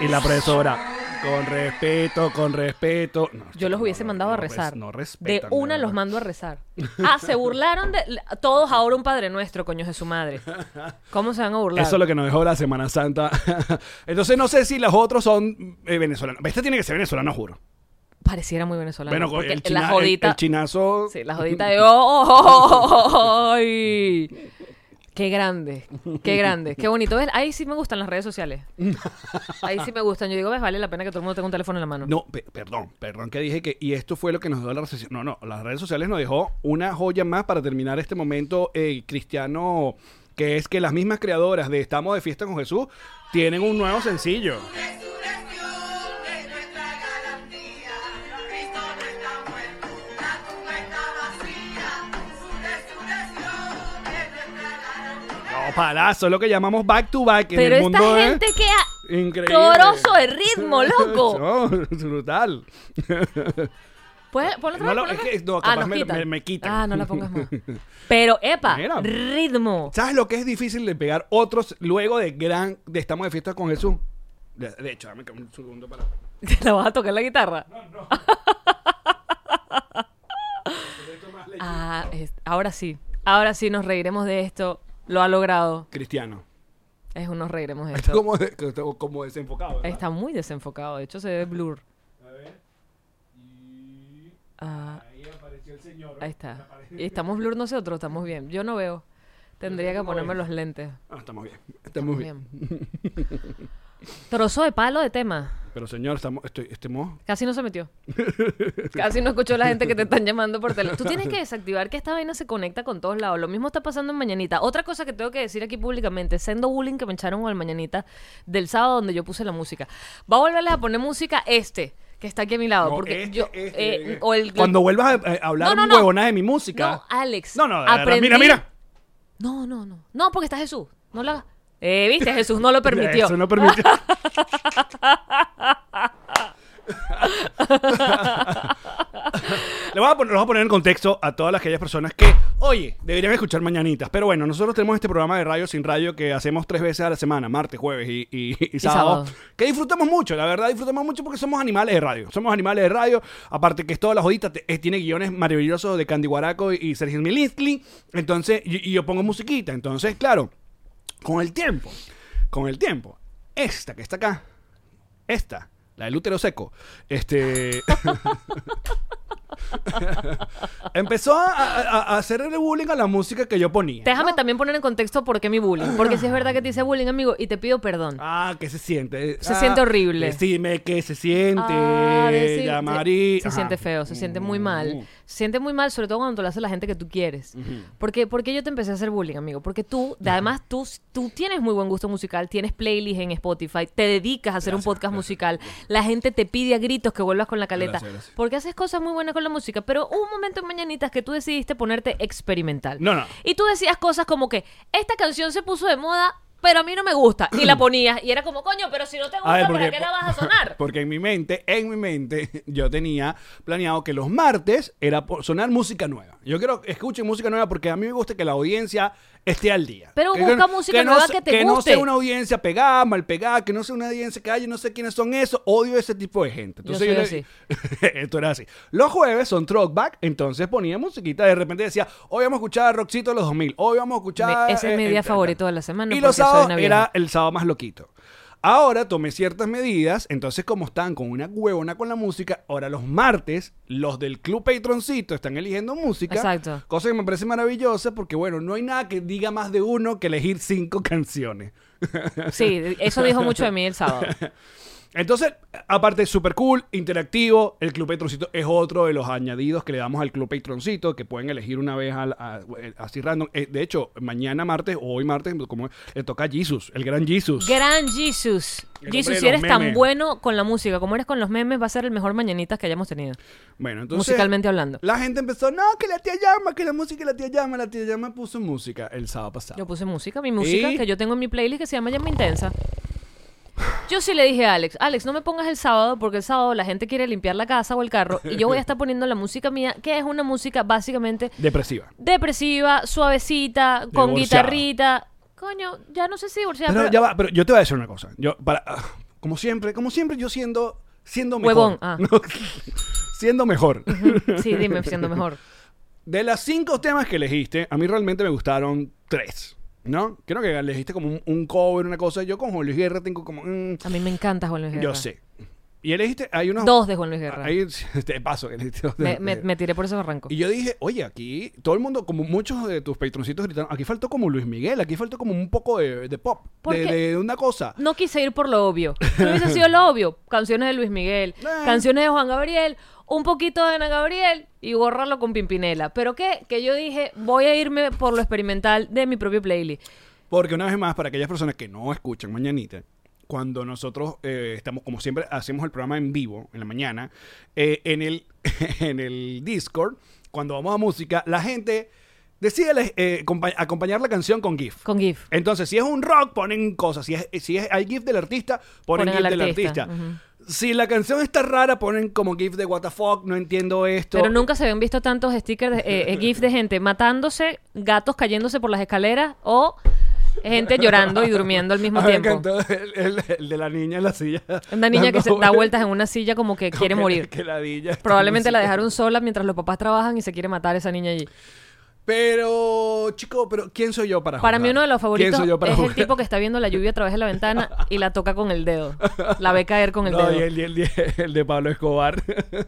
[SPEAKER 3] y la profesora. Con respeto, con respeto. No,
[SPEAKER 4] Yo los
[SPEAKER 3] no,
[SPEAKER 4] hubiese
[SPEAKER 3] no,
[SPEAKER 4] mandado a
[SPEAKER 3] no, pues,
[SPEAKER 4] rezar.
[SPEAKER 3] No
[SPEAKER 4] de
[SPEAKER 3] respetan,
[SPEAKER 4] una
[SPEAKER 3] verdad.
[SPEAKER 4] los mando a rezar. Ah, se burlaron de la- todos ahora un Padre Nuestro, coño de su madre. ¿Cómo se van a burlar?
[SPEAKER 3] Eso es lo que nos dejó la Semana Santa. Entonces no sé si los otros son eh, venezolanos. Este tiene que ser venezolano, juro.
[SPEAKER 4] Pareciera muy venezolano.
[SPEAKER 3] Bueno, con
[SPEAKER 4] porque
[SPEAKER 3] el, china-
[SPEAKER 4] la
[SPEAKER 3] el-
[SPEAKER 4] jodita.
[SPEAKER 3] el chinazo.
[SPEAKER 4] Sí, la jodita de ¡Oh! ¡Ay! ¡Qué grande! ¡Qué grande! ¡Qué bonito! ¿Ves? Ahí sí me gustan las redes sociales. Ahí sí me gustan. Yo digo, ¿ves? Vale la pena que todo el mundo tenga un teléfono en la mano.
[SPEAKER 3] No, pe- perdón, perdón que dije que. Y esto fue lo que nos dio la recesión. No, no, las redes sociales nos dejó una joya más para terminar este momento eh, cristiano, que es que las mismas creadoras de Estamos de Fiesta con Jesús tienen un nuevo sencillo. No, palazo, es lo que llamamos back to back en
[SPEAKER 4] Pero
[SPEAKER 3] el
[SPEAKER 4] esta
[SPEAKER 3] mundo. ¿eh?
[SPEAKER 4] gente que ha-
[SPEAKER 3] Increíble.
[SPEAKER 4] Coroso de ritmo, loco.
[SPEAKER 3] No, es brutal.
[SPEAKER 4] ¿Puedes ponlo otra
[SPEAKER 3] No lo-
[SPEAKER 4] vez? ponlo otra
[SPEAKER 3] es
[SPEAKER 4] vez?
[SPEAKER 3] que- no,
[SPEAKER 4] Ah,
[SPEAKER 3] capaz
[SPEAKER 4] nos
[SPEAKER 3] me-
[SPEAKER 4] quitan.
[SPEAKER 3] me- me quitan.
[SPEAKER 4] Ah, no la pongas más. Pero, epa,
[SPEAKER 3] Mira.
[SPEAKER 4] ritmo.
[SPEAKER 3] ¿Sabes lo que es difícil de pegar otros luego de gran de estamos de fiesta con Jesús? De, de hecho, dame un segundo para.
[SPEAKER 4] ¿Te la vas a tocar la guitarra? ah, es- ahora sí. Ahora sí nos reiremos de esto. Lo ha logrado.
[SPEAKER 3] Cristiano.
[SPEAKER 4] Es un nos reiremos de
[SPEAKER 3] Está
[SPEAKER 4] esto.
[SPEAKER 3] como, de- está como desenfocado. ¿verdad?
[SPEAKER 4] Está muy desenfocado. De hecho, se ve blur. Ah,
[SPEAKER 3] Ahí apareció el señor.
[SPEAKER 4] ahí está. ¿Y estamos blur nosotros? Estamos bien. Yo no veo. Tendría que ponerme los lentes.
[SPEAKER 3] Ah, estamos bien. Estamos bien.
[SPEAKER 4] Bien. Trozo de palo de tema.
[SPEAKER 3] Pero señor, estamos, estoy, estemos.
[SPEAKER 4] Casi no se metió. Casi no escuchó la gente que te están llamando por teléfono. Tú tienes que desactivar que esta vaina se conecta con todos lados. Lo mismo está pasando en Mañanita. Otra cosa que tengo que decir aquí públicamente, sendo bullying que me echaron al Mañanita del sábado donde yo puse la música. Va a volverles a poner música este, que está aquí a mi lado.
[SPEAKER 3] No,
[SPEAKER 4] porque
[SPEAKER 3] este,
[SPEAKER 4] yo...
[SPEAKER 3] este,
[SPEAKER 4] eh, o el,
[SPEAKER 3] Cuando vuelvas a, a hablar
[SPEAKER 4] No, no,
[SPEAKER 3] un
[SPEAKER 4] no.
[SPEAKER 3] huevonaje de mi música.
[SPEAKER 4] No, Alex,
[SPEAKER 3] No, no, de verdad, Mira,
[SPEAKER 4] aprendí-
[SPEAKER 3] mira.
[SPEAKER 4] No, no, no. No, porque está Jesús. No la... Eh, viste, Jesús no lo permitió.
[SPEAKER 3] Eso no permitió. Le voy a poner, los voy a poner en contexto a todas aquellas personas que, oye, deberían escuchar mañanitas. Pero bueno, nosotros tenemos este programa de radio sin radio que hacemos tres veces a la semana, martes, jueves y, y- y sábado.
[SPEAKER 4] sábado.
[SPEAKER 3] Que disfrutamos mucho, la verdad, disfrutamos mucho porque somos animales de radio. Somos animales de radio. Aparte que es toda la jodita, te- eh, tiene guiones maravillosos de Candy Guaraco y, y Sergio Milinsky. Entonces, y, y yo pongo musiquita. Entonces, claro, con el tiempo, con el tiempo, esta que está acá, esta, la del útero seco, este... Empezó a, a- a hacerle bullying a la música que yo ponía.
[SPEAKER 4] Déjame también poner en contexto por qué mi bullying. Porque si es verdad que te hice bullying, amigo, y te pido perdón.
[SPEAKER 3] Ah, que se siente.
[SPEAKER 4] Se
[SPEAKER 3] Ah,
[SPEAKER 4] siente horrible.
[SPEAKER 3] Decime que se siente.
[SPEAKER 4] Ah, decir-
[SPEAKER 3] la
[SPEAKER 4] se-
[SPEAKER 3] Mari- Ajá. Mm.
[SPEAKER 4] Se,
[SPEAKER 3] Uh.
[SPEAKER 4] siente feo, se siente muy mal. Se siente muy mal, sobre todo cuando te lo hace la gente que tú quieres. porque, porque yo te empecé a hacer bullying, amigo. Porque tú, de- además, tú, tú tienes muy buen gusto musical, tienes playlists en Spotify, te dedicas a hacer un podcast musical. La gente te pide a gritos que vuelvas con la caleta.
[SPEAKER 3] Gracias, gracias.
[SPEAKER 4] Porque haces cosas muy buenas con la música. Pero hubo un momento en Mañanitas que tú decidiste ponerte experimental.
[SPEAKER 3] No, no.
[SPEAKER 4] Y tú decías cosas como que esta canción se puso de moda. Pero a mí no me gusta. Y la ponías. Y era como, coño, pero si no te gusta,
[SPEAKER 3] A ver,
[SPEAKER 4] ¿para qué la vas a sonar?
[SPEAKER 3] Porque en mi mente, en mi mente, yo tenía planeado que los martes era po- sonar música nueva. Yo quiero que escuchen música nueva porque a mí me gusta que la audiencia esté al día.
[SPEAKER 4] Pero
[SPEAKER 3] Que-
[SPEAKER 4] busca
[SPEAKER 3] no-
[SPEAKER 4] música nueva
[SPEAKER 3] no,
[SPEAKER 4] que te
[SPEAKER 3] no
[SPEAKER 4] guste.
[SPEAKER 3] sea una audiencia pegada, mal pegada, que no sea una audiencia que hay, yo no sé quiénes son esos. Odio ese tipo de gente.
[SPEAKER 4] Yo
[SPEAKER 3] Entonces yo,
[SPEAKER 4] soy
[SPEAKER 3] le- Esto era así. Los jueves son throwback, entonces ponía musiquita. De repente decía, hoy vamos a escuchar a Roxito de los 2000, hoy vamos a escuchar...
[SPEAKER 4] Me- ese es mi
[SPEAKER 3] eh,
[SPEAKER 4] día
[SPEAKER 3] eh,
[SPEAKER 4] favorito de la semana,
[SPEAKER 3] Y
[SPEAKER 4] Ah, porque
[SPEAKER 3] los
[SPEAKER 4] soy
[SPEAKER 3] sábados
[SPEAKER 4] una vieja.
[SPEAKER 3] era el sábado más loquito. Ahora tomé ciertas medidas, entonces como están con una huevona con la música, ahora los martes los del Club Patroncito están eligiendo música.
[SPEAKER 4] Exacto.
[SPEAKER 3] Cosa que me parece maravillosa porque bueno, no hay nada que diga más de uno que elegir cinco canciones.
[SPEAKER 4] Sí, eso dijo mucho de mí el sábado.
[SPEAKER 3] Entonces, aparte, súper cool, interactivo. El Club Patroncito es otro de los añadidos que le damos al Club Patroncito, que pueden elegir una vez al- a- así random. Eh, de hecho, mañana martes o hoy martes, como le toca a Jesus, el gran Jesus.
[SPEAKER 4] Gran Jesus.
[SPEAKER 3] El hombre
[SPEAKER 4] Jesus,
[SPEAKER 3] de los
[SPEAKER 4] si eres tan
[SPEAKER 3] memes.
[SPEAKER 4] bueno con la música como eres con los memes, va a ser el mejor mañanitas que hayamos tenido.
[SPEAKER 3] Bueno, entonces.
[SPEAKER 4] musicalmente hablando.
[SPEAKER 3] La gente empezó, no, que la tía llama, que la música, la tía llama, la tía llama puso música el sábado pasado.
[SPEAKER 4] Yo puse música, mi música
[SPEAKER 3] ¿Y?
[SPEAKER 4] que yo tengo en mi playlist que se llama Llama Intensa. Yo sí le dije a Alex, Alex, no me pongas el sábado porque el sábado la gente quiere limpiar la casa o el carro y yo voy a estar poniendo la música mía, que es una música básicamente
[SPEAKER 3] Depresiva.
[SPEAKER 4] depresiva, suavecita, con
[SPEAKER 3] Divorciada.
[SPEAKER 4] guitarrita. Coño, ya no sé si divorciada,
[SPEAKER 3] Pero
[SPEAKER 4] pero-
[SPEAKER 3] ya va, pero yo te voy a decir una cosa. Yo, para, ah, como siempre, como siempre, yo siendo, siendo mejor.
[SPEAKER 4] Huevón, ah.
[SPEAKER 3] No, siendo mejor.
[SPEAKER 4] Sí, dime, siendo mejor.
[SPEAKER 3] De las cinco temas que elegiste, a mí realmente me gustaron tres. ¿No? Creo que elegiste como un, un cover, una cosa. Yo con Juan Luis Guerra tengo como. mm,
[SPEAKER 4] A mí me encanta Juan Luis Guerra.
[SPEAKER 3] yo sé. Y elegiste, hay unos.
[SPEAKER 4] Dos de Juan Luis Guerra.
[SPEAKER 3] Ahí, te paso. que elegiste dos de-
[SPEAKER 4] Me, me- me tiré por ese barranco.
[SPEAKER 3] Y yo dije, oye, aquí todo el mundo, como muchos de tus patroncitos gritaron, aquí faltó como Luis Miguel, aquí faltó como un poco de, de pop,
[SPEAKER 4] ¿Por
[SPEAKER 3] de,
[SPEAKER 4] qué?
[SPEAKER 3] de una cosa.
[SPEAKER 4] No quise ir por lo obvio. ¿Qué hubiese sido lo obvio? Canciones de Luis Miguel,
[SPEAKER 3] Eh.
[SPEAKER 4] canciones de Juan Gabriel, un poquito de Ana Gabriel y borrarlo con Pimpinela. ¿Pero qué? Que yo dije, voy a irme por lo experimental de mi propio playlist.
[SPEAKER 3] Porque una vez más, para aquellas personas que no escuchan Mañanita, cuando nosotros eh, estamos, como siempre, hacemos el programa en vivo, en la mañana, eh, en, el, en el Discord, cuando vamos a música, la gente decide les- eh, compa- acompañar la canción con GIF.
[SPEAKER 4] Con GIF.
[SPEAKER 3] Entonces, si es un rock, ponen cosas. Si, es, si es, hay GIF del artista, ponen,
[SPEAKER 4] Ponen
[SPEAKER 3] GIF
[SPEAKER 4] al
[SPEAKER 3] del
[SPEAKER 4] artista.
[SPEAKER 3] artista. Si la canción está rara, ponen como GIF de WTF, no entiendo esto.
[SPEAKER 4] Pero nunca se habían visto tantos stickers, de, eh, eh, GIF de gente matándose, gatos cayéndose por las escaleras o gente llorando y durmiendo al mismo
[SPEAKER 3] A mí me
[SPEAKER 4] tiempo.
[SPEAKER 3] encantó el, el- el de la niña en la silla.
[SPEAKER 4] Una niña que se da
[SPEAKER 3] dando
[SPEAKER 4] vueltas en una silla como que quiere
[SPEAKER 3] que-
[SPEAKER 4] morir.
[SPEAKER 3] que la niña está
[SPEAKER 4] Probablemente
[SPEAKER 3] muy-
[SPEAKER 4] la dejaron sola mientras los papás trabajan y se quiere matar esa niña allí.
[SPEAKER 3] Pero, chico, pero ¿quién soy yo para
[SPEAKER 4] Para
[SPEAKER 3] juzgar?
[SPEAKER 4] mí uno de los favoritos
[SPEAKER 3] ¿Quién soy yo para
[SPEAKER 4] es el
[SPEAKER 3] juzgar?
[SPEAKER 4] tipo que está viendo la lluvia a través de la ventana y la toca con el dedo. La ve caer con el
[SPEAKER 3] No,
[SPEAKER 4] dedo.
[SPEAKER 3] y el, y el- y el de Pablo Escobar.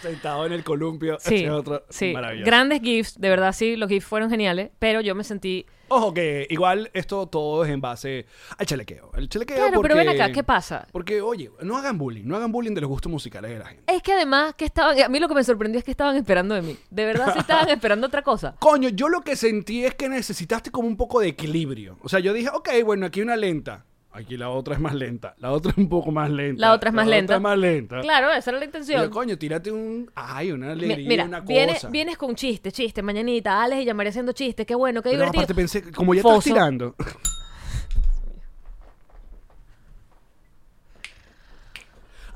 [SPEAKER 3] Sentado en el columpio.
[SPEAKER 4] Sí,
[SPEAKER 3] Ese otro,
[SPEAKER 4] sí.
[SPEAKER 3] Maravilloso.
[SPEAKER 4] Grandes gifs, de verdad sí, los gifs fueron geniales, pero yo me sentí...
[SPEAKER 3] Ojo que igual esto todo es en base al chalequeo. El chalequeo
[SPEAKER 4] Claro, pero
[SPEAKER 3] porque-
[SPEAKER 4] ven acá, ¿qué pasa?
[SPEAKER 3] Porque, oye, no hagan bullying, no hagan bullying de los gustos musicales de la gente.
[SPEAKER 4] Es que además, que estaban... A mí lo que me sorprendió es que estaban esperando de mí. De verdad sí estaban esperando otra cosa.
[SPEAKER 3] Coño, yo lo que sentí es que necesitaste como un poco de equilibrio. O sea, yo dije, ok, bueno, aquí una lenta. Aquí la otra es más lenta. La otra es un poco más lenta.
[SPEAKER 4] La otra es más lenta.
[SPEAKER 3] La otra es más lenta.
[SPEAKER 4] Claro, esa era la
[SPEAKER 3] Y yo,
[SPEAKER 4] intención.
[SPEAKER 3] coño, tírate un. Ay, una
[SPEAKER 4] Mi-
[SPEAKER 3] alegría,
[SPEAKER 4] Mira,
[SPEAKER 3] una cosa.
[SPEAKER 4] vienes, vienes con chistes, chistes, mañanita, Alex y llamaré haciendo chistes, qué bueno, qué
[SPEAKER 3] Pero
[SPEAKER 4] divertido.
[SPEAKER 3] aparte pensé, que como ya
[SPEAKER 4] Foso.
[SPEAKER 3] estás tirando.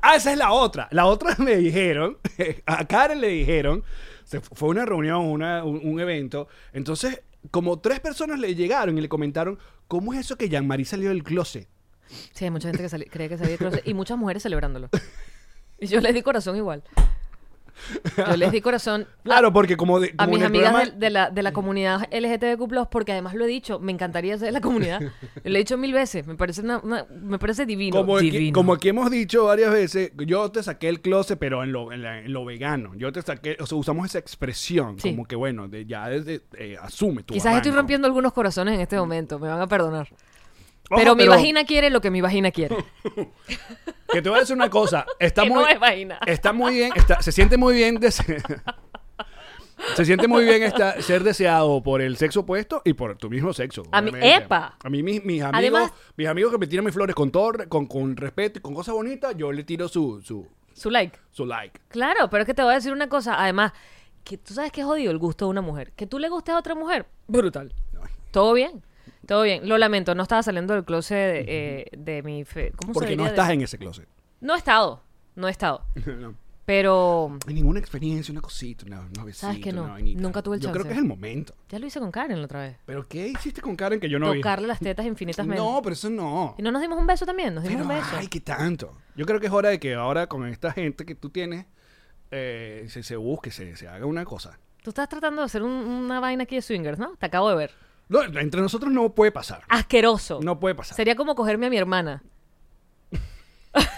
[SPEAKER 3] Ah, esa es la otra. La otra me dijeron, a Karen le dijeron, se fu- fue una reunión, una- un, un evento. Entonces, como tres personas le llegaron y le comentaron, ¿cómo es eso que Jean-Marie salió del closet?
[SPEAKER 4] Sí, hay mucha gente que sali- cree que salí de closet y muchas mujeres celebrándolo. Y yo les di corazón igual. Yo les di corazón a-
[SPEAKER 3] Claro, porque como, de-
[SPEAKER 4] a,
[SPEAKER 3] Ah, como
[SPEAKER 4] mis
[SPEAKER 3] en el
[SPEAKER 4] amigas
[SPEAKER 3] programa-
[SPEAKER 4] del- de, la, de la comunidad LGTBQ+, porque además lo he dicho, me encantaría ser de la comunidad. Lo he dicho mil veces, me parece, una- una- me parece divino.
[SPEAKER 3] Como aquí,
[SPEAKER 4] divino.
[SPEAKER 3] como aquí hemos dicho varias veces, yo te saqué el closet, pero en lo, en la- en lo vegano. Yo te saqué, o sea, usamos esa expresión,
[SPEAKER 4] Sí.
[SPEAKER 3] como que bueno, de- ya desde, eh, asume tu
[SPEAKER 4] Quizás estoy
[SPEAKER 3] arranco.
[SPEAKER 4] rompiendo algunos corazones en este momento, me van a perdonar.
[SPEAKER 3] Ojo,
[SPEAKER 4] pero, mi vagina quiere lo que mi vagina quiere.
[SPEAKER 3] Que te voy a decir una cosa. Está
[SPEAKER 4] Que
[SPEAKER 3] muy,
[SPEAKER 4] no es vagina.
[SPEAKER 3] Está muy bien, está- se siente muy bien. de ser- Se siente muy bien esta- ser deseado por el sexo opuesto y por tu mismo sexo.
[SPEAKER 4] A mí-
[SPEAKER 3] obviamente.
[SPEAKER 4] ¡epa!
[SPEAKER 3] A mí mis, mis amigos,
[SPEAKER 4] Además-
[SPEAKER 3] mis amigos que me tiran mis flores con todo, re- con, con respeto y con cosas bonitas, yo le tiro su, su,
[SPEAKER 4] Su like.
[SPEAKER 3] su like.
[SPEAKER 4] Claro, pero es que te voy a decir una cosa. Además, que tú sabes que es jodido el gusto de una mujer. Que tú le gustes a otra mujer, brutal. Todo bien, todo bien. Lo lamento, no estaba saliendo del closet de, eh, de mi... fe- ¿Cómo se
[SPEAKER 3] Porque no
[SPEAKER 4] diría?
[SPEAKER 3] estás
[SPEAKER 4] De-
[SPEAKER 3] en ese closet.
[SPEAKER 4] No he estado, no he estado.
[SPEAKER 3] No.
[SPEAKER 4] Pero
[SPEAKER 3] Hay ninguna experiencia, una cosita, una, una besita,
[SPEAKER 4] que no?
[SPEAKER 3] una vainita.
[SPEAKER 4] Nunca tuve el
[SPEAKER 3] Yo creo
[SPEAKER 4] chance.
[SPEAKER 3] que es el momento.
[SPEAKER 4] ya lo hice con Karen la otra vez.
[SPEAKER 3] ¿Pero qué hiciste con Karen que yo no vi?
[SPEAKER 4] Tocarle las tetas infinitamente.
[SPEAKER 3] No, pero eso no.
[SPEAKER 4] Y no nos dimos un beso también, nos dimos
[SPEAKER 3] Pero,
[SPEAKER 4] un beso.
[SPEAKER 3] ay, qué tanto. Yo creo que es hora de que ahora con esta gente que tú tienes eh, se, se busque, se, se haga una cosa.
[SPEAKER 4] Tú estás tratando de hacer un- una vaina aquí de swingers, ¿no? Te acabo de ver.
[SPEAKER 3] No, entre nosotros no puede pasar.
[SPEAKER 4] Ah, Asqueroso.
[SPEAKER 3] No puede pasar.
[SPEAKER 4] Sería como cogerme a mi hermana.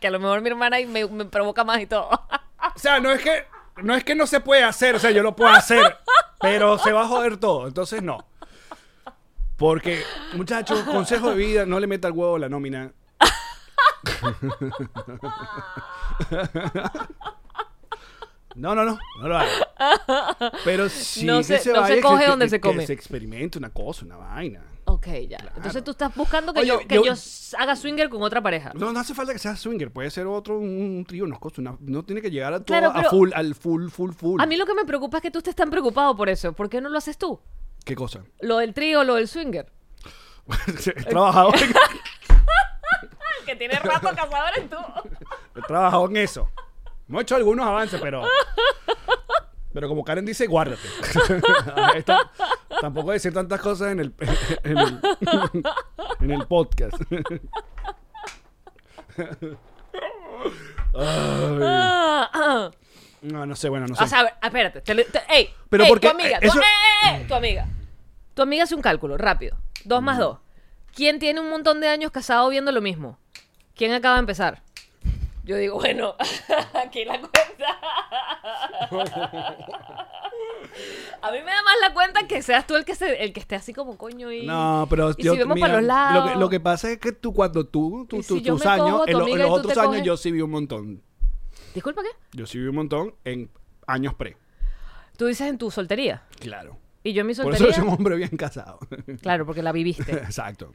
[SPEAKER 4] que a lo mejor mi hermana y me, me provoca más y todo.
[SPEAKER 3] O sea, no es que no es que no se puede hacer, o sea, yo lo puedo hacer, pero se va a joder todo, entonces no. Porque, muchachos, consejo de vida, no le meta el huevo a la nómina. No, no, no, no lo hago. Pero sí
[SPEAKER 4] No
[SPEAKER 3] que
[SPEAKER 4] se- no se
[SPEAKER 3] vaya, que-
[SPEAKER 4] coge
[SPEAKER 3] que-
[SPEAKER 4] donde
[SPEAKER 3] que-
[SPEAKER 4] se
[SPEAKER 3] que
[SPEAKER 4] come.
[SPEAKER 3] se experimente una cosa, una vaina.
[SPEAKER 4] Ok, ya. Entonces tú estás buscando que,
[SPEAKER 3] Oye,
[SPEAKER 4] yo, que
[SPEAKER 3] yo-
[SPEAKER 4] yo s- haga swinger con otra pareja.
[SPEAKER 3] No, no hace falta que sea swinger, puede ser otro, un, un trío, unas cosas. una- no tiene que llegar a todo,
[SPEAKER 4] Claro,
[SPEAKER 3] a
[SPEAKER 4] pero-
[SPEAKER 3] full, al full, full, full.
[SPEAKER 4] A mí lo que me preocupa es que tú estés tan preocupado por eso. ¿Por qué no lo haces tú?
[SPEAKER 3] ¿Qué cosa?
[SPEAKER 4] Lo del trío, lo del swinger.
[SPEAKER 3] he trabajado en,
[SPEAKER 4] El que tiene rato casado eres tú.
[SPEAKER 3] he trabajado en eso. Hemos hecho algunos avances, pero... Pero como Karen dice, guárdate. Ahí está. tampoco decir tantas cosas en el, en el, en el podcast.
[SPEAKER 4] Ah,
[SPEAKER 3] No, no sé, bueno, no sé.
[SPEAKER 4] O sea, a ver, espérate. te lo- te- ey,
[SPEAKER 3] Pero
[SPEAKER 4] ey,
[SPEAKER 3] porque,
[SPEAKER 4] tu amiga,
[SPEAKER 3] eh,
[SPEAKER 4] tu,
[SPEAKER 3] eso-
[SPEAKER 4] ey, ey, ey, tu amiga. Tu amiga hace un cálculo, rápido. Dos más dos. ¿Quién tiene un montón de años casado viendo lo mismo? ¿Quién acaba de empezar? Yo digo, bueno, aquí la cuenta. A mí me da más la cuenta que seas tú el que, se- el que esté así como coño y...
[SPEAKER 3] No, pero
[SPEAKER 4] y
[SPEAKER 3] yo-
[SPEAKER 4] si vemos
[SPEAKER 3] mira,
[SPEAKER 4] para los lados.
[SPEAKER 3] Lo que, lo que pasa es que tú cuando tú, tú-
[SPEAKER 4] Y
[SPEAKER 3] tú-
[SPEAKER 4] si yo
[SPEAKER 3] tus
[SPEAKER 4] me
[SPEAKER 3] años,
[SPEAKER 4] cojo a tu
[SPEAKER 3] en, lo- en
[SPEAKER 4] amiga y
[SPEAKER 3] los
[SPEAKER 4] tú
[SPEAKER 3] otros
[SPEAKER 4] te
[SPEAKER 3] años
[SPEAKER 4] coges-
[SPEAKER 3] yo sí vi un montón.
[SPEAKER 4] Disculpa, ¿qué?
[SPEAKER 3] Yo sí vi un montón en años pre.
[SPEAKER 4] Tú dices en tu soltería.
[SPEAKER 3] Claro.
[SPEAKER 4] Y yo en mi
[SPEAKER 3] Por
[SPEAKER 4] soltería...
[SPEAKER 3] eso es un hombre bien casado.
[SPEAKER 4] Claro, porque la viviste.
[SPEAKER 3] Exacto.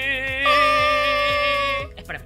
[SPEAKER 4] Es para mí.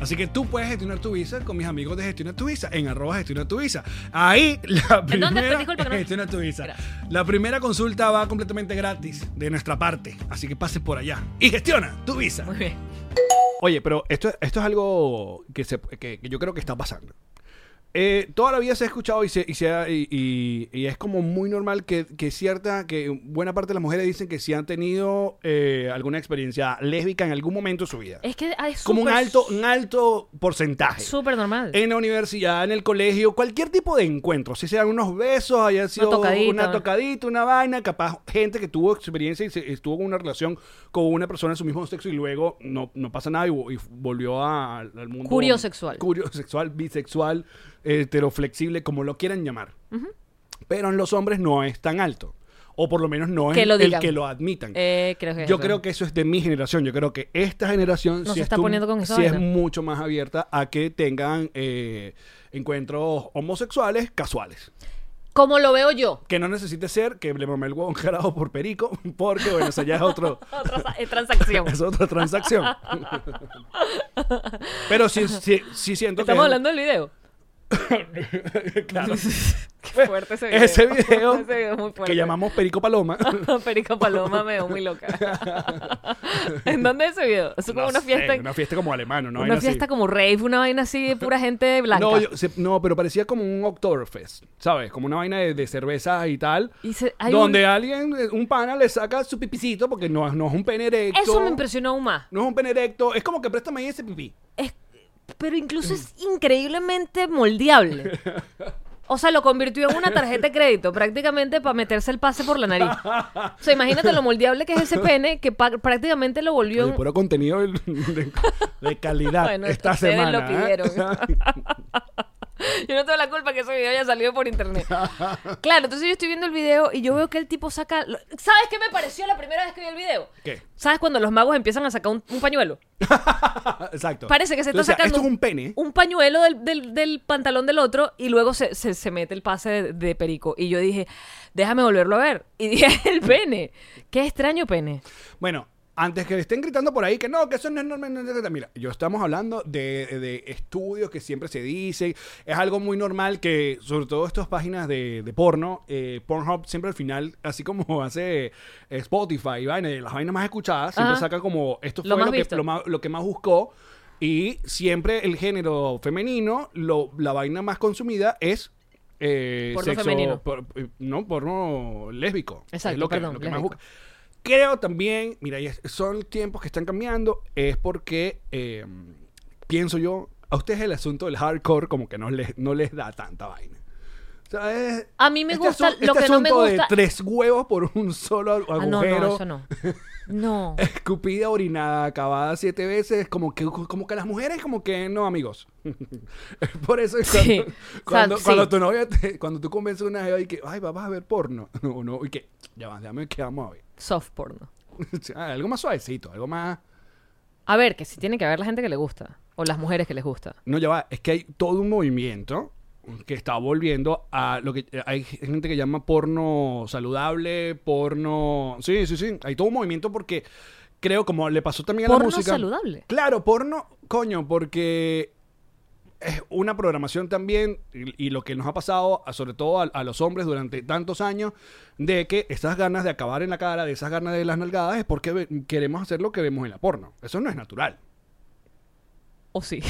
[SPEAKER 3] Así que tú puedes gestionar tu visa con mis amigos de Gestiona tu Visa en arroba Gestiona tu Visa. Ahí la
[SPEAKER 4] ¿En
[SPEAKER 3] primera
[SPEAKER 4] dónde? Disculpa que no-
[SPEAKER 3] Gestiona tu Visa.
[SPEAKER 4] Gracias.
[SPEAKER 3] La primera consulta va completamente gratis de nuestra parte, así que pases por allá y gestiona tu visa.
[SPEAKER 4] Muy bien.
[SPEAKER 3] Oye, pero esto, esto es algo que, se- que- que yo creo que está pasando. Eh, toda la vida se ha escuchado y, se, y, se ha- y- y- y es como muy normal que, que cierta, que buena parte de las mujeres dicen que si han tenido eh, alguna experiencia lésbica en algún momento de su vida.
[SPEAKER 4] Es que ah, es
[SPEAKER 3] como un
[SPEAKER 4] súper-
[SPEAKER 3] alto, Eh, un alto porcentaje.
[SPEAKER 4] Súper normal.
[SPEAKER 3] En la universidad, en el colegio, cualquier tipo de encuentro, si sean unos besos, haya sido
[SPEAKER 4] tocadita.
[SPEAKER 3] una tocadita, una vaina, capaz gente que tuvo experiencia y se- estuvo con una relación con una persona de su mismo sexo y luego no, no pasa nada y, vo- y volvió a- al mundo.
[SPEAKER 4] Curiosexual.
[SPEAKER 3] Curiosexual, bisexual, heteroflexible, como lo quieran llamar. Pero en los hombres no es tan alto. O por lo menos no es
[SPEAKER 4] Que lo
[SPEAKER 3] el
[SPEAKER 4] digan.
[SPEAKER 3] que lo admitan.
[SPEAKER 4] Eh, creo que es
[SPEAKER 3] Yo
[SPEAKER 4] eso.
[SPEAKER 3] creo que eso es de mi generación. Yo creo que esta generación
[SPEAKER 4] No
[SPEAKER 3] sí
[SPEAKER 4] se está
[SPEAKER 3] estu-
[SPEAKER 4] poniendo con esa
[SPEAKER 3] sí es
[SPEAKER 4] vaina.
[SPEAKER 3] mucho más abierta a que tengan eh, encuentros homosexuales casuales.
[SPEAKER 4] Como lo veo yo.
[SPEAKER 3] Que no necesite ser que le mamé el huevo a un carajo por perico, porque bueno, eso ya es otro.
[SPEAKER 4] Otra sa- eh, transacción.
[SPEAKER 3] Es otra transacción. Pero sí, sí, sí siento
[SPEAKER 4] Estamos
[SPEAKER 3] que.
[SPEAKER 4] hablando del video.
[SPEAKER 3] claro.
[SPEAKER 4] Qué fuerte ese video.
[SPEAKER 3] Ese video,
[SPEAKER 4] Ese video es muy fuerte.
[SPEAKER 3] que llamamos Perico Paloma.
[SPEAKER 4] Perico Paloma me veo muy loca. ¿En dónde es ese video? Eso es como
[SPEAKER 3] No
[SPEAKER 4] una
[SPEAKER 3] sé,
[SPEAKER 4] fiesta.
[SPEAKER 3] Una fiesta como alemana, ¿no?
[SPEAKER 4] una fiesta como rave, una vaina así de pura gente blanca.
[SPEAKER 3] No, yo- se- no, pero parecía como un Oktoberfest, ¿sabes? Como una vaina de, de cerveza y tal.
[SPEAKER 4] Y se- hay
[SPEAKER 3] donde
[SPEAKER 4] un-
[SPEAKER 3] alguien, eh, un pana le saca su pipicito porque no, no es un pene erecto.
[SPEAKER 4] Eso me impresionó aún más.
[SPEAKER 3] No es un pene erecto. Es como que préstame ahí ese pipí.
[SPEAKER 4] Es- Pero incluso es increíblemente moldeable. O sea, lo convirtió en una tarjeta de crédito, prácticamente para meterse el pase por la nariz. O sea, imagínate lo moldeable que es ese pene, que pa- prácticamente lo volvió
[SPEAKER 3] El
[SPEAKER 4] en-
[SPEAKER 3] puro contenido de, de- de calidad
[SPEAKER 4] Bueno,
[SPEAKER 3] esta
[SPEAKER 4] ustedes
[SPEAKER 3] semana.
[SPEAKER 4] lo
[SPEAKER 3] ¿eh?
[SPEAKER 4] pidieron. Yo no tengo la culpa que ese video haya salido por internet. Claro, entonces yo estoy viendo el video y yo veo que el tipo saca. lo- ¿Sabes qué me pareció la primera vez que vi el video?
[SPEAKER 3] ¿Qué?
[SPEAKER 4] ¿Sabes cuando los magos empiezan a sacar un, un pañuelo?
[SPEAKER 3] Ah, Exacto.
[SPEAKER 4] Parece que se está
[SPEAKER 3] Entonces, o sea,
[SPEAKER 4] sacando.
[SPEAKER 3] Esto es un pene.
[SPEAKER 4] Un pañuelo del, del- del pantalón del otro y luego se, se- se mete el pase de, de perico. Y yo dije, déjame volverlo a ver. Y dije, el pene. Qué extraño pene.
[SPEAKER 3] Bueno, antes que estén gritando por ahí que no, que eso no es normal. no es normal. Mira, yo estamos hablando de, de estudios que siempre se dicen. Es algo muy normal que, sobre todo estas páginas de, de porno, eh, Pornhub siempre al final, así como hace eh, Spotify y vaina, de las vainas más escuchadas, siempre
[SPEAKER 4] Ajá.
[SPEAKER 3] saca como esto fue
[SPEAKER 4] Lo
[SPEAKER 3] lo,
[SPEAKER 4] más
[SPEAKER 3] que,
[SPEAKER 4] visto.
[SPEAKER 3] lo más- lo que más buscó. Y siempre el género femenino, lo, la vaina más consumida es. eh,
[SPEAKER 4] Porno
[SPEAKER 3] sexo,
[SPEAKER 4] femenino.
[SPEAKER 3] por- eh, no, porno lésbico.
[SPEAKER 4] Exacto,
[SPEAKER 3] Es lo que,
[SPEAKER 4] perdón,
[SPEAKER 3] lo que más
[SPEAKER 4] lésbico.
[SPEAKER 3] busca. Creo también, mira, y es- son tiempos que están cambiando, es porque eh, pienso yo, a ustedes el asunto del hardcore como que no les, no les da tanta vaina. O sea, es-
[SPEAKER 4] A mí me gusta,
[SPEAKER 3] asu-
[SPEAKER 4] lo que no me
[SPEAKER 3] asunto de
[SPEAKER 4] gusta-
[SPEAKER 3] tres huevos por un solo agujero,
[SPEAKER 4] Ah, no, no, eso no. No.
[SPEAKER 3] escupida, orinada, acabada siete veces, como que, como que las mujeres como que no, amigos. Es por eso que cuando, cuando,
[SPEAKER 4] Sí. O sea,
[SPEAKER 3] cuando
[SPEAKER 4] sí.
[SPEAKER 3] tu novia, te- cuando tú convences a una jeva y que, ay, vas a ver porno, o no, y que, ya va, déjame que vamos a ver.
[SPEAKER 4] Soft porno.
[SPEAKER 3] Ah, algo más suavecito, algo más...
[SPEAKER 4] A ver, que si tiene que haber la gente que le gusta. O las mujeres que les gusta.
[SPEAKER 3] No, ya va, es que hay todo un movimiento que está volviendo a lo que hay gente que llama porno saludable, porno... Sí, sí, sí, hay todo un movimiento porque creo como le pasó también a la
[SPEAKER 4] Porno
[SPEAKER 3] música.
[SPEAKER 4] saludable.
[SPEAKER 3] Claro, porno, coño, porque es una programación también y, y lo que nos ha pasado, a- sobre todo a, a los hombres durante tantos años, de que esas ganas de acabar en la cara, de esas ganas de las nalgadas, es porque ve- queremos hacer lo que vemos en la porno. Eso no es natural.
[SPEAKER 4] O sí.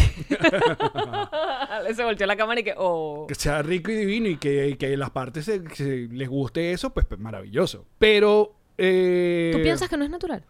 [SPEAKER 4] se volteó la cámara y que, oh.
[SPEAKER 3] que sea rico y divino y que, y que las partes se- se- les guste eso, pues, pues, maravilloso. Pero... eh,
[SPEAKER 4] ¿Tú piensas que no es natural?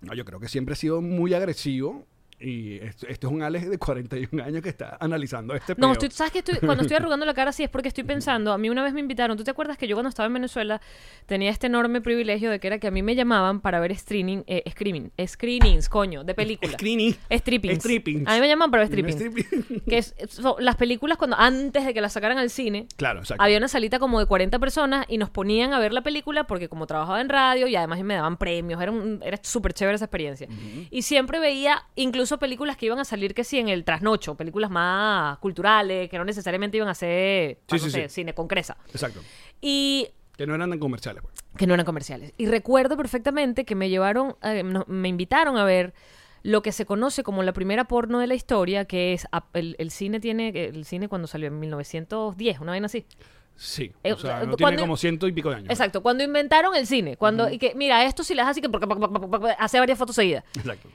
[SPEAKER 3] No, yo creo que siempre he sido muy agresivo y esto, esto es un Alex de 41 años que está analizando este
[SPEAKER 4] No,
[SPEAKER 3] peo.
[SPEAKER 4] estoy, ¿sabes que estoy, cuando estoy arrugando la cara sí es porque estoy pensando, a mí una vez me invitaron, ¿tú te acuerdas que yo cuando estaba en Venezuela tenía este enorme privilegio de que era que a mí me llamaban para ver streaming, eh, screening, screenings, coño, de películas.
[SPEAKER 3] Screening.
[SPEAKER 4] Strippings.
[SPEAKER 3] Strippings.
[SPEAKER 4] A mí me llaman para ver strippings.
[SPEAKER 3] Stripping.
[SPEAKER 4] Que es- son las películas cuando antes de que las sacaran al cine,
[SPEAKER 3] Claro, exacto.
[SPEAKER 4] había una salita como de 40 personas y nos ponían a ver la película porque como trabajaba en radio y además me daban premios, era, un- era súper chévere esa experiencia. Y siempre veía incluso películas que iban a salir que sí en el trasnocho, películas más culturales, que no necesariamente iban a ser
[SPEAKER 3] Sí,
[SPEAKER 4] no
[SPEAKER 3] sí,
[SPEAKER 4] sé,
[SPEAKER 3] sí.
[SPEAKER 4] cine con cresa.
[SPEAKER 3] Exacto.
[SPEAKER 4] Y
[SPEAKER 3] Que no eran tan comerciales, pues.
[SPEAKER 4] que no eran comerciales. Y recuerdo perfectamente que me llevaron, eh, no- me invitaron a ver lo que se conoce como la primera porno de la historia, que es ap- el, el cine tiene el cine cuando salió en 1910, una vaina así.
[SPEAKER 3] Sí.
[SPEAKER 4] Eh,
[SPEAKER 3] o sea, no
[SPEAKER 4] cuando-
[SPEAKER 3] tiene como ciento y pico de años.
[SPEAKER 4] Exacto, cuando inventaron el cine, cuando y que mira, esto si las hace que hace varias fotos seguidas.
[SPEAKER 3] Exacto.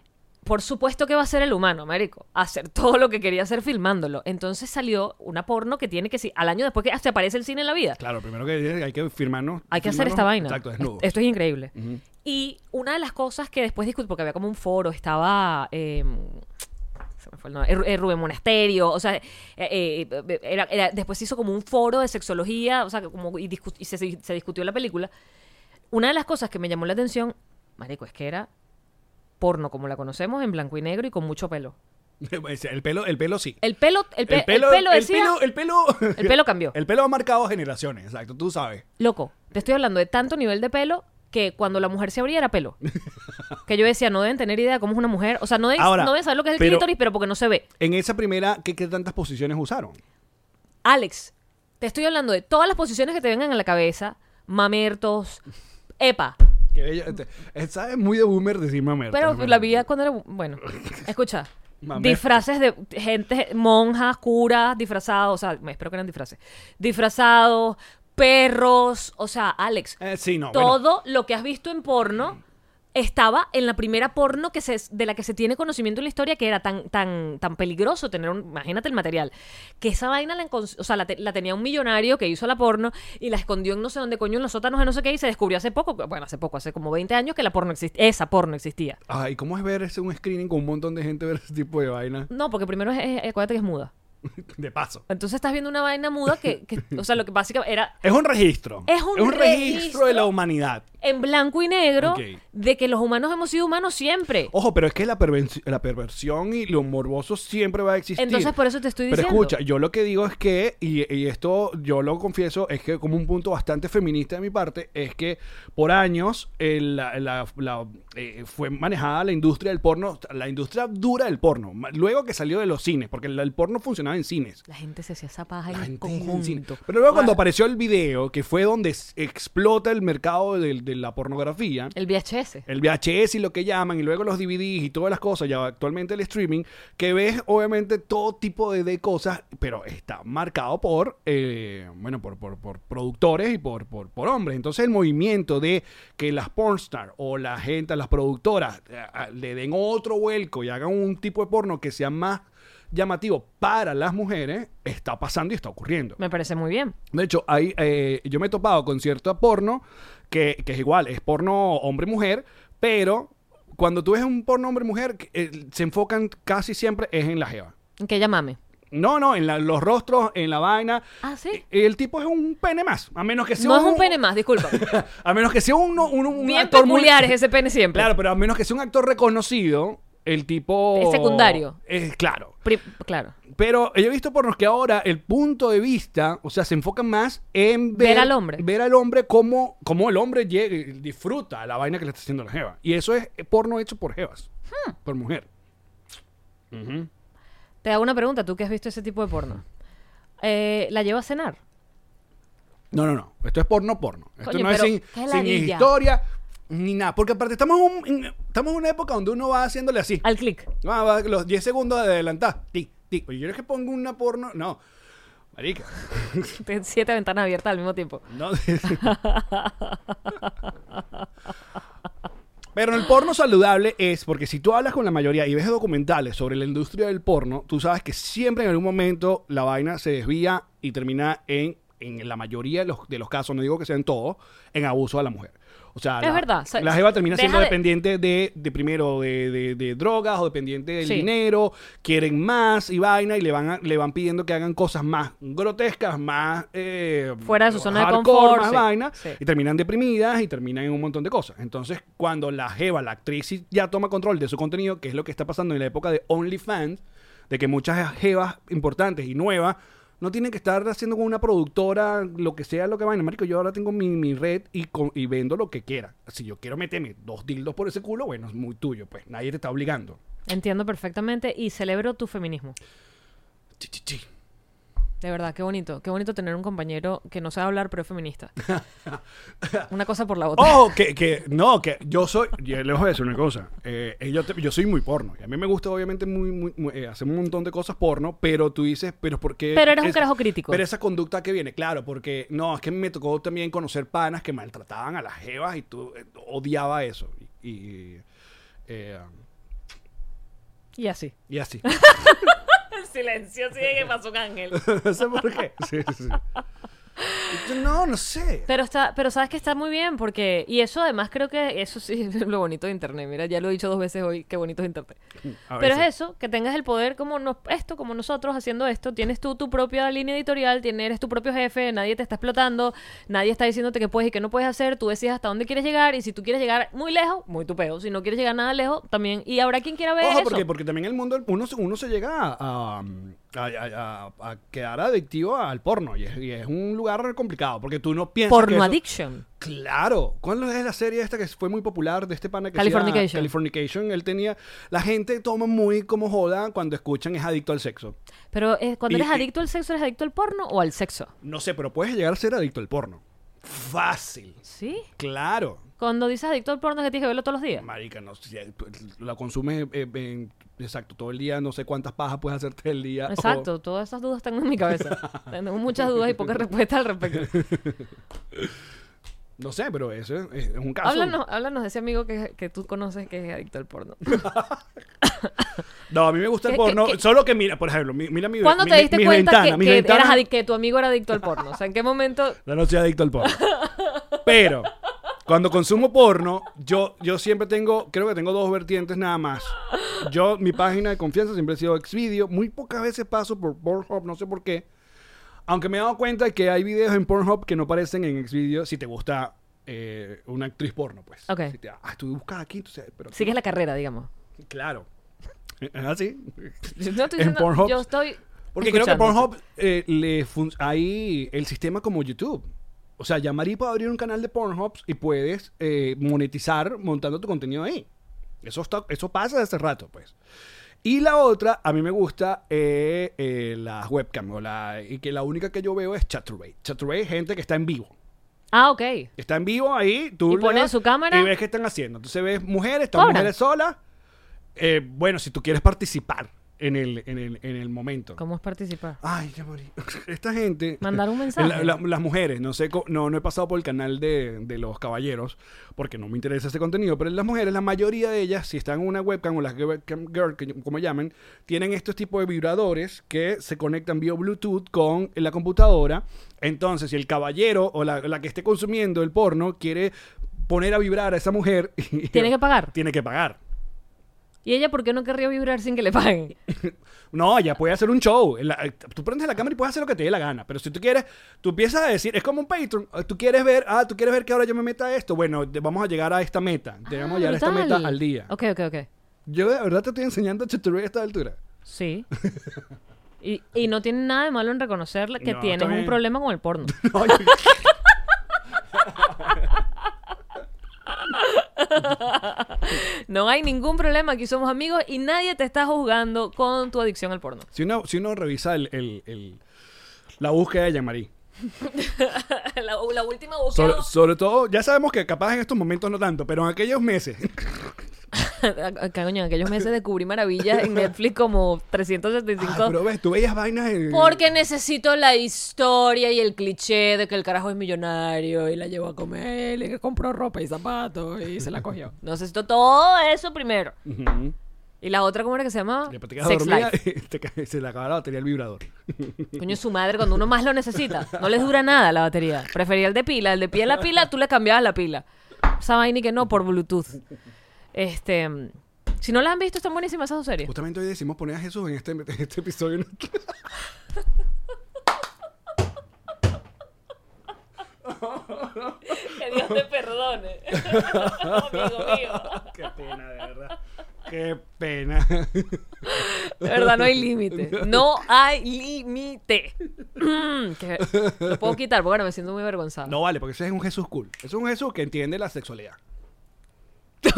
[SPEAKER 4] Por supuesto que va a ser el humano, marico, hacer todo lo que quería hacer filmándolo. Entonces salió una porno que tiene que sí, al año después que se aparece el cine en la vida.
[SPEAKER 3] Claro, primero que hay que firmarnos.
[SPEAKER 4] Hay que hacer
[SPEAKER 3] firmarnos-
[SPEAKER 4] esta vaina.
[SPEAKER 3] Exacto, desnudo.
[SPEAKER 4] Esto es increíble. Y una de las cosas que después discutí, porque había como un foro, estaba. eh, se me fue el nombre, eh, Ru- eh, Rubén Monasterio, o sea, eh, eh, eh, era- era- después se hizo como un foro de sexología, o sea, como y, discu- y se, se discutió la película. Una de las cosas que me llamó la atención, marico, es que era porno como la conocemos, en blanco y negro y con mucho pelo.
[SPEAKER 3] el, pelo, el pelo sí.
[SPEAKER 4] El pelo, el, pe- el pelo,
[SPEAKER 3] el
[SPEAKER 4] decía,
[SPEAKER 3] pelo, el pelo,
[SPEAKER 4] El pelo cambió.
[SPEAKER 3] El pelo ha marcado generaciones, exacto, tú sabes.
[SPEAKER 4] Loco, te estoy hablando de tanto nivel de pelo que cuando la mujer se abría era pelo. que yo decía, no deben tener idea de cómo es una mujer. O sea, no deben,
[SPEAKER 3] Ahora,
[SPEAKER 4] no deben saber lo que es el
[SPEAKER 3] pero-
[SPEAKER 4] clítoris, pero porque no se ve.
[SPEAKER 3] En esa primera, ¿qué, qué tantas posiciones usaron?
[SPEAKER 4] Alex, te estoy hablando de todas las posiciones que te vengan a la cabeza. Mamertos, epa.
[SPEAKER 3] Qué bello. Este- eh, ¿Sabes? Muy de boomer decir mamerto.
[SPEAKER 4] Pero
[SPEAKER 3] mamerto.
[SPEAKER 4] la vida cuando era... Bueno, escucha.
[SPEAKER 3] Mamerto.
[SPEAKER 4] Disfraces de gente, monjas, curas, disfrazados. O sea, me espero que eran disfraces. Disfrazados, perros. O sea, Alex,
[SPEAKER 3] Eh, sí, no. bueno.
[SPEAKER 4] todo lo que has visto en porno estaba en la primera porno que se, de la que se tiene conocimiento en la historia que era tan tan tan peligroso tener un, imagínate el material que esa vaina la, encon- o sea, la, te- la tenía un millonario que hizo la porno y la escondió en no sé dónde coño en los sótanos de no sé qué y se descubrió hace poco bueno hace poco hace como 20 años que la porno existía esa porno existía
[SPEAKER 3] Ay, ¿cómo es ver ese, un screening con un montón de gente ver ese tipo de vaina?
[SPEAKER 4] no porque primero es, es- acuérdate que es muda
[SPEAKER 3] De paso.
[SPEAKER 4] entonces estás viendo una vaina muda que, que- o sea lo que básicamente era
[SPEAKER 3] Es un registro.
[SPEAKER 4] Es un
[SPEAKER 3] registro de la
[SPEAKER 4] registro.
[SPEAKER 3] humanidad.
[SPEAKER 4] en blanco y negro
[SPEAKER 3] Ok.
[SPEAKER 4] de que los humanos hemos sido humanos siempre.
[SPEAKER 3] Ojo, pero es que la, pervenci- la perversión y lo morboso siempre va a existir.
[SPEAKER 4] Entonces, por eso te estoy diciendo.
[SPEAKER 3] Pero escucha, yo lo que digo es que, y, y esto yo lo confieso, es que como un punto bastante feminista de mi parte, es que por años eh, la- la- la, eh, fue manejada la industria del porno, la industria dura del porno, ma- luego que salió de los cines, porque el, el porno funcionaba en cines.
[SPEAKER 4] La gente se hacía esa paja
[SPEAKER 3] La
[SPEAKER 4] en
[SPEAKER 3] gente en cine.
[SPEAKER 4] conjunto.
[SPEAKER 3] Pero luego cuando
[SPEAKER 4] Ahora,
[SPEAKER 3] apareció el video, que fue donde s- explota el mercado del- de, la pornografía,
[SPEAKER 4] El VHS.
[SPEAKER 3] el VHS y lo que llaman, y luego los DVDs y todas las cosas, ya actualmente el streaming, que ves obviamente todo tipo de, de cosas, pero está marcado por, eh, bueno, por, por, por productores y por, por, por hombres. Entonces el movimiento de que las pornstar o la gente, las productoras, eh, a- le den otro vuelco y hagan un tipo de porno que sea más llamativo para las mujeres, está pasando y está ocurriendo.
[SPEAKER 4] Me parece muy bien.
[SPEAKER 3] De hecho, hay, eh, yo me he topado con cierto porno que, que es igual, es porno hombre-mujer, pero cuando tú ves un porno hombre-mujer, que, eh, se enfocan casi siempre es en la jeva.
[SPEAKER 4] Que llamame.
[SPEAKER 3] No, no, en la- los rostros, en la vaina.
[SPEAKER 4] Ah, ¿sí?
[SPEAKER 3] Y- y el tipo es un pene más, a menos que sea
[SPEAKER 4] No es un pene más, disculpa.
[SPEAKER 3] A menos que sea un, un, un
[SPEAKER 4] Bien
[SPEAKER 3] actor muy-
[SPEAKER 4] peculiar es ese pene siempre.
[SPEAKER 3] Claro, pero a menos que sea un actor reconocido, el tipo...
[SPEAKER 4] Es secundario.
[SPEAKER 3] Es, claro.
[SPEAKER 4] Pri- claro.
[SPEAKER 3] Pero yo he visto pornos que ahora el punto de vista, o sea, se enfocan más en ver,
[SPEAKER 4] Ver al hombre.
[SPEAKER 3] Ver al hombre como, como el hombre llega- disfruta la vaina que le está haciendo la jeva. Y eso es porno hecho por jevas,
[SPEAKER 4] Hmm.
[SPEAKER 3] por mujer.
[SPEAKER 4] Te hago una pregunta, tú que has visto ese tipo de porno. Eh, ¿La llevo a cenar?
[SPEAKER 3] No, no, no. Esto es porno, porno. Esto
[SPEAKER 4] Coño,
[SPEAKER 3] no es
[SPEAKER 4] pero
[SPEAKER 3] sin, sin
[SPEAKER 4] qué ladilla.
[SPEAKER 3] historia ni nada. Porque aparte estamos, en un- en- estamos en una época donde uno va haciéndole así. Ah,
[SPEAKER 4] Al clic.
[SPEAKER 3] Va, va, los 10 segundos de adelantar. Tic, tic. Oye, ¿quieres que ponga una porno? No. Marica.
[SPEAKER 4] Tienes siete ventanas abiertas al mismo tiempo.
[SPEAKER 3] No. Pero el porno saludable es porque si tú hablas con la mayoría y ves documentales sobre la industria del porno, tú sabes que siempre en algún momento la vaina se desvía y termina en, en la mayoría de los, de los casos, no digo que sean todos, en abuso a la mujer. O sea,
[SPEAKER 4] Es
[SPEAKER 3] la,
[SPEAKER 4] verdad, o sea,
[SPEAKER 3] la jeva termina
[SPEAKER 4] deja
[SPEAKER 3] siendo
[SPEAKER 4] de-
[SPEAKER 3] dependiente de, de primero de, de- de drogas o dependiente del
[SPEAKER 4] Sí.
[SPEAKER 3] dinero, quieren más y vaina y le van, a- le van pidiendo que hagan cosas más grotescas, más... eh,
[SPEAKER 4] Fuera de su zona de
[SPEAKER 3] hardcore,
[SPEAKER 4] confort,
[SPEAKER 3] más
[SPEAKER 4] sí,
[SPEAKER 3] vaina,
[SPEAKER 4] sí.
[SPEAKER 3] y terminan deprimidas y terminan en un montón de cosas. Entonces, cuando la jeva, la actriz sí ya toma control de su contenido, que es lo que está pasando en la época de OnlyFans, de que muchas jevas importantes y nuevas no tienen que estar haciendo con una productora lo que sea, lo que vaina. Marico, yo ahora tengo mi, mi red y, con- y vendo lo que quiera. Si yo quiero meterme dos dildos por ese culo, bueno, es muy tuyo, pues nadie te está obligando.
[SPEAKER 4] Entiendo perfectamente y celebro tu feminismo.
[SPEAKER 3] Chi, chi, chi.
[SPEAKER 4] De verdad, qué bonito. Qué bonito tener un compañero que no sabe hablar, pero es feminista. una cosa por la otra.
[SPEAKER 3] Ojo, que, que no, que yo soy. Yo les voy a decir una cosa. Eh, eh, yo, te- yo soy muy porno. Y a mí me gusta, obviamente, muy, muy, muy, eh, hacer un montón de cosas porno, pero tú dices, pero ¿por qué?
[SPEAKER 4] Pero eres un
[SPEAKER 3] es-
[SPEAKER 4] carajo crítico.
[SPEAKER 3] Pero esa conducta que viene, claro, porque no, es que me tocó también conocer panas que maltrataban a las jevas y tú eh, odiaba eso. Y. y, eh,
[SPEAKER 4] Y así.
[SPEAKER 3] y así.
[SPEAKER 4] El silencio sigue que pasó un ángel.
[SPEAKER 3] no sé por qué. Sí, sí. Yo, no, no sé.
[SPEAKER 4] Pero está, pero sabes que está muy bien porque y eso además creo que eso sí es lo bonito de internet. Mira, ya lo he dicho dos veces hoy, qué bonito es internet.
[SPEAKER 3] A
[SPEAKER 4] Pero
[SPEAKER 3] veces.
[SPEAKER 4] es eso, que tengas el poder como nos- esto, como nosotros haciendo esto, tienes tú tu propia línea editorial, tienes eres tu propio jefe, nadie te está explotando, nadie está diciéndote qué puedes y qué no puedes hacer, tú decides hasta dónde quieres llegar y si tú quieres llegar muy lejos, muy tu peo, si no quieres llegar nada lejos, también y habrá quien quiera ver
[SPEAKER 3] Ojo,
[SPEAKER 4] Pues eso.
[SPEAKER 3] porque, porque también el mundo, uno, se- uno se llega a, a- a- a- a- a quedar adictivo al porno. Y es, y es un lugar complicado, porque tú no piensas. que
[SPEAKER 4] Porno
[SPEAKER 3] eso-
[SPEAKER 4] addiction.
[SPEAKER 3] Claro. ¿Cuál es la serie esta que fue muy popular de este pana que se llama
[SPEAKER 4] Californication.
[SPEAKER 3] Californication. Él tenía. La gente toma muy como joda cuando escuchan es adicto al sexo.
[SPEAKER 4] Pero eh, cuando
[SPEAKER 3] Y-
[SPEAKER 4] eres
[SPEAKER 3] y-
[SPEAKER 4] adicto al sexo, eres adicto al porno o al sexo.
[SPEAKER 3] No sé, pero puedes llegar a ser adicto al porno. Fácil.
[SPEAKER 4] ¿Sí?
[SPEAKER 3] Claro.
[SPEAKER 4] Cuando dices adicto al porno es que tienes que verlo todos los días.
[SPEAKER 3] Marica, no sé, tú- la consumes eh, en- exacto todo el día, no sé cuántas pajas puedes hacerte el día. o-
[SPEAKER 4] Exacto, todas esas dudas están en mi cabeza. Tengo muchas dudas y pocas respuestas al respecto.
[SPEAKER 3] no sé, pero eso es, es un caso.
[SPEAKER 4] Háblanos, háblanos de ese amigo que, que tú conoces que es adicto al porno.
[SPEAKER 3] No, a mí me gusta el
[SPEAKER 4] ¿Qué-
[SPEAKER 3] porno.
[SPEAKER 4] qué- qué?
[SPEAKER 3] Solo que mira, por ejemplo, mi- mira mi
[SPEAKER 4] ¿Cuándo
[SPEAKER 3] mi-
[SPEAKER 4] te diste
[SPEAKER 3] mis
[SPEAKER 4] cuenta que-
[SPEAKER 3] ventanas, mis
[SPEAKER 4] que,
[SPEAKER 3] ventanas-
[SPEAKER 4] eras adic- que tu amigo era adicto al porno? O sea, ¿en qué momento?
[SPEAKER 3] No, no soy adicto al porno. Pero cuando consumo porno, yo, yo siempre tengo, creo que tengo dos vertientes nada más. Yo, mi página de confianza siempre ha sido Xvideo. Muy pocas veces paso por Pornhub, no sé por qué. Aunque me he dado cuenta que hay videos en Pornhub que no aparecen en Xvideo si te gusta eh, una actriz porno, pues.
[SPEAKER 4] Ok.
[SPEAKER 3] Si te- ah, tú buscas aquí, entonces, pero
[SPEAKER 4] Sigues la carrera, digamos.
[SPEAKER 3] claro. ¿Es así?
[SPEAKER 4] Yo No estoy
[SPEAKER 3] En
[SPEAKER 4] diciendo,
[SPEAKER 3] Pornhub.
[SPEAKER 4] yo estoy
[SPEAKER 3] Porque creo que
[SPEAKER 4] escuchando.
[SPEAKER 3] Pornhub eh, le fun- hay el sistema como YouTube. O sea, ya Mari puede abrir un canal de Pornhub y puedes eh, monetizar montando tu contenido ahí. Eso, está, eso pasa desde hace rato, pues. Y la otra, a mí me gusta eh, eh, las webcam. o la- y que la única que yo veo es Chaturbate. Chaturbate es gente que está en vivo.
[SPEAKER 4] Ah, ok.
[SPEAKER 3] Está en vivo ahí, tú
[SPEAKER 4] Y
[SPEAKER 3] le
[SPEAKER 4] ponen
[SPEAKER 3] das
[SPEAKER 4] su cámara.
[SPEAKER 3] y ves qué están haciendo. Entonces ves mujeres, están
[SPEAKER 4] Cobran.
[SPEAKER 3] mujeres solas. Eh, bueno, si tú quieres participar en el, en el, en el momento.
[SPEAKER 4] ¿Cómo es participar?
[SPEAKER 3] Ay, ya morí. Esta gente.
[SPEAKER 4] Mandar un mensaje.
[SPEAKER 3] La- la- las mujeres, no sé, co- no, no he pasado por el canal de, de los caballeros porque no me interesa ese contenido, pero las mujeres, la mayoría de ellas, si están en una webcam o las webcam girl, que, como llaman, tienen estos tipos de vibradores que se conectan vía Bluetooth con la computadora. Entonces, si el caballero o la, la que esté consumiendo el porno quiere poner a vibrar a esa mujer,
[SPEAKER 4] Tiene que pagar.
[SPEAKER 3] Tiene que pagar.
[SPEAKER 4] ¿Y ella por qué no querría vibrar sin que le paguen?
[SPEAKER 3] No, ya puede hacer un show. En la- eh, tú prendes la cámara y puedes hacer lo que te dé la gana. Pero si tú quieres, tú empiezas a decir, es como un Patreon. Ah, Tú quieres ver, ah, tú quieres ver que ahora yo me meta a esto. Bueno, de- vamos a llegar a esta meta. Llegamos a llegar a esta
[SPEAKER 4] Brutal.
[SPEAKER 3] meta al día.
[SPEAKER 4] Ah, Ok, ok, ok.
[SPEAKER 3] Yo de verdad te estoy enseñando Chaturé a esta altura.
[SPEAKER 4] Sí. Y, y no tiene nada de malo en reconocer que
[SPEAKER 3] No,
[SPEAKER 4] tienes
[SPEAKER 3] está bien.
[SPEAKER 4] un problema con el porno.
[SPEAKER 3] No, yo-
[SPEAKER 4] No hay ningún problema, aquí somos amigos y nadie te está juzgando con tu adicción al porno.
[SPEAKER 3] si, uno, si uno revisa el, el- el- la búsqueda de Yamari.
[SPEAKER 4] la, la última búsqueda.
[SPEAKER 3] Sobre, sobre todo, ya sabemos que capaz en estos momentos no tanto, pero en aquellos meses.
[SPEAKER 4] Caño, ah, en aquellos meses descubrí maravillas en Netflix como 375.
[SPEAKER 3] Ah, pero ves, tú veías vainas en...
[SPEAKER 4] Porque necesito la historia y el cliché de que el carajo es millonario y la llevó a comer y que compró ropa y zapatos y se la cogió. Necesito todo eso primero.
[SPEAKER 3] Ujú.
[SPEAKER 4] Y la otra, ¿cómo era que se llamaba?
[SPEAKER 3] Después te quedas
[SPEAKER 4] Sex
[SPEAKER 3] dormida
[SPEAKER 4] Life.
[SPEAKER 3] y te ca- se le acaba la batería el vibrador.
[SPEAKER 4] Coño, su madre, cuando uno más lo necesita. No les dura nada la batería. Prefería el de pila. El de pie a la pila, tú le cambiabas la pila. Esa vaina y que no, por Bluetooth. Este... Si no la han visto, están buenísimas esas dos series.
[SPEAKER 3] Justamente hoy decimos poner a Jesús en este, en este episodio.
[SPEAKER 4] Que Dios te perdone. Amigo mío.
[SPEAKER 3] Qué pena, de verdad. Qué pena.
[SPEAKER 4] De verdad, no hay límite. No hay límite. Mm, que lo puedo quitar, porque ahora me siento muy avergonzada.
[SPEAKER 3] No vale, porque ese es un Jesús cool. Ese Es un Jesús que entiende la sexualidad. A-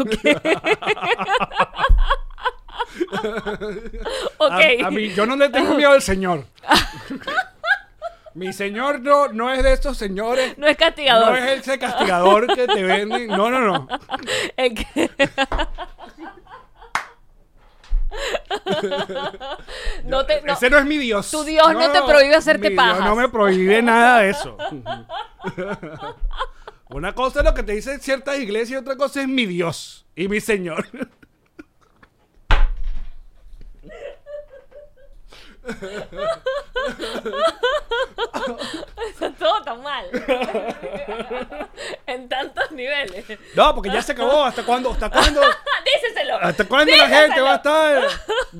[SPEAKER 4] Ok.
[SPEAKER 3] A, mí, yo no le tengo miedo al Señor. Mi Señor no, no es de estos señores.
[SPEAKER 4] No es castigador.
[SPEAKER 3] No es ese castigador que te venden. No, no, no.
[SPEAKER 4] El que- no te, no.
[SPEAKER 3] Ese no es mi Dios.
[SPEAKER 4] Tu Dios no te prohíbe hacerte
[SPEAKER 3] mi Dios
[SPEAKER 4] pajas.
[SPEAKER 3] no me prohíbe nada de eso. Una cosa es lo que te dicen ciertas iglesias y otra cosa es mi Dios y mi Señor.
[SPEAKER 4] todo tan mal. en tantos niveles.
[SPEAKER 3] No, porque ya se acabó. ¿Hasta cuándo? ¿Hasta cuándo?
[SPEAKER 4] Díseselo.
[SPEAKER 3] ¿Hasta cuándo la gente va a estar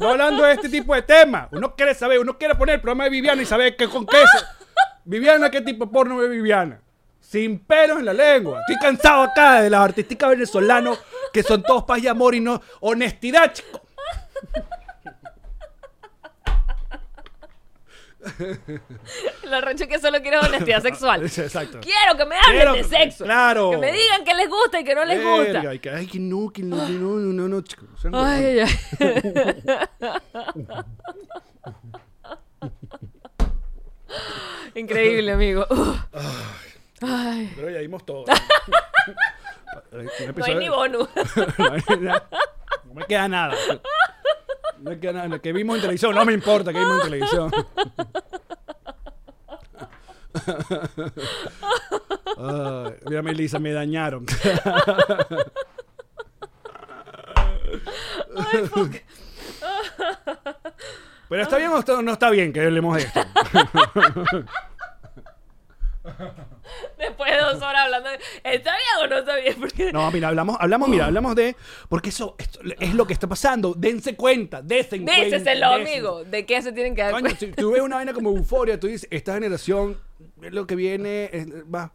[SPEAKER 3] hablando de este tipo de temas? Uno quiere saber, uno quiere poner el programa de Viviana y saber que con qué se... Viviana, ¿qué tipo de porno ve Viviana? Sin pelos en la lengua. Estoy cansado acá de las artísticas venezolanos que son todos paz y amor y no honestidad, chico.
[SPEAKER 4] Lo arrecho que solo quiero honestidad sexual.
[SPEAKER 3] Exacto.
[SPEAKER 4] Quiero que me hablen
[SPEAKER 3] Quiero-
[SPEAKER 4] de sexo.
[SPEAKER 3] claro.
[SPEAKER 4] Que me digan que les gusta y que no les gusta.
[SPEAKER 3] Verga, y que, ay, que no, que no, que no, no, no, no, chico. No sean
[SPEAKER 4] Ay, ay, ay. Increíble, amigo. Uf. Ay,
[SPEAKER 3] Pero ya dimos todo. Un
[SPEAKER 4] no hay
[SPEAKER 3] episodio-
[SPEAKER 4] ni bonus.
[SPEAKER 3] no, hay nada. No me queda nada. No me queda nada. Lo que vimos en televisión, no me importa que vimos en televisión. Ay, mira, Melissa, me dañaron. Pero está bien o está- no está bien que hablemos de esto.
[SPEAKER 4] Después de dos horas hablando. de- ¿Está bien o no está bien? Porque
[SPEAKER 3] No, mira, hablamos, hablamos, mira, hablamos de. Porque eso esto es lo que está pasando. Dense cuenta, desen cuenta.
[SPEAKER 4] díseselo,
[SPEAKER 3] desen-
[SPEAKER 4] amigo. ¿De qué se tienen que dar
[SPEAKER 3] Coño,
[SPEAKER 4] cuenta?
[SPEAKER 3] si tú ves una vaina como euforia, tú dices, esta generación, es lo que viene, es- va,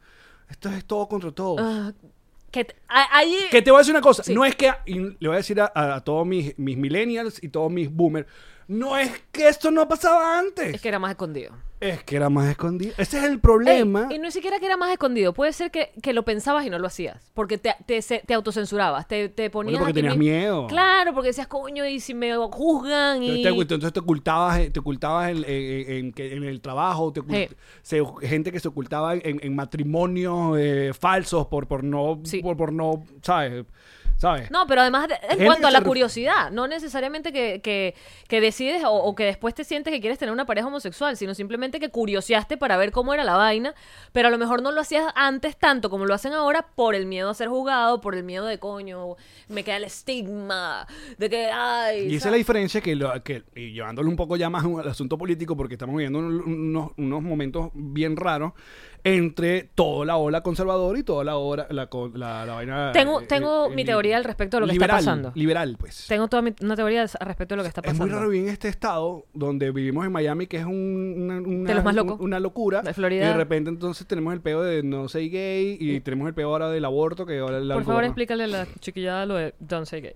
[SPEAKER 3] Esto es todo contra todo.
[SPEAKER 4] Ah, que t- a- allí...
[SPEAKER 3] Que te voy a decir una cosa,
[SPEAKER 4] Sí.
[SPEAKER 3] no es que, y le voy a decir a, a- a todos mis, mis millennials y todos mis boomers, no es que esto no pasaba antes.
[SPEAKER 4] Es que era más escondido.
[SPEAKER 3] Es que era más escondido. Ese es el problema.
[SPEAKER 4] Ey, y no es siquiera que era más escondido. Puede ser que, que lo pensabas y no lo hacías. Porque te, te, se- te autocensurabas. Te, te ponías.
[SPEAKER 3] porque
[SPEAKER 4] aquí
[SPEAKER 3] tenías
[SPEAKER 4] mi-
[SPEAKER 3] miedo. este
[SPEAKER 4] Claro, porque decías, coño, y si me juzgan.
[SPEAKER 3] Entonces
[SPEAKER 4] Y...
[SPEAKER 3] te, entonces te ocultabas, eh, te ocultabas en, en- en- que- en el trabajo, te ocult-
[SPEAKER 4] Sí.
[SPEAKER 3] se- gente que se ocultaba en, en matrimonios eh, falsos por, por no,
[SPEAKER 4] Sí.
[SPEAKER 3] por, por no, ¿sabes? ¿Sabes?
[SPEAKER 4] No, pero además, de- en
[SPEAKER 3] Gente
[SPEAKER 4] cuanto a
[SPEAKER 3] que
[SPEAKER 4] la
[SPEAKER 3] se-
[SPEAKER 4] curiosidad, no necesariamente que, que, que decides o, o que después te sientes que quieres tener una pareja homosexual, sino simplemente que curioseaste para ver cómo era la vaina, pero a lo mejor no lo hacías antes tanto como lo hacen ahora por el miedo a ser juzgado, por el miedo de coño, me queda el estigma de que, ay.
[SPEAKER 3] Y esa es la
[SPEAKER 4] ¿sabes?
[SPEAKER 3] diferencia que, lo- que- y llevándolo un poco ya más al asunto político, porque estamos viviendo un- unos, unos momentos bien raros entre toda la ola conservadora y toda la ola, la, co- la- la vaina.
[SPEAKER 4] Tengo-
[SPEAKER 3] eh,
[SPEAKER 4] tengo mi teoría al respecto de lo que está
[SPEAKER 3] liberal,
[SPEAKER 4] pasando.
[SPEAKER 3] Liberal, pues.
[SPEAKER 4] Tengo toda mi- una teoría al respecto de lo que está
[SPEAKER 3] es
[SPEAKER 4] pasando.
[SPEAKER 3] muy raro vivir en este estado donde vivimos en Miami, que es un- una, una-
[SPEAKER 4] De los más
[SPEAKER 3] un-
[SPEAKER 4] locos.
[SPEAKER 3] una locura.
[SPEAKER 4] De Florida.
[SPEAKER 3] Y de repente entonces tenemos el peo de no soy gay y tenemos el peo ahora del aborto, que ahora la
[SPEAKER 4] Por favor, explícale a la chiquillada lo de Don't Say Gay.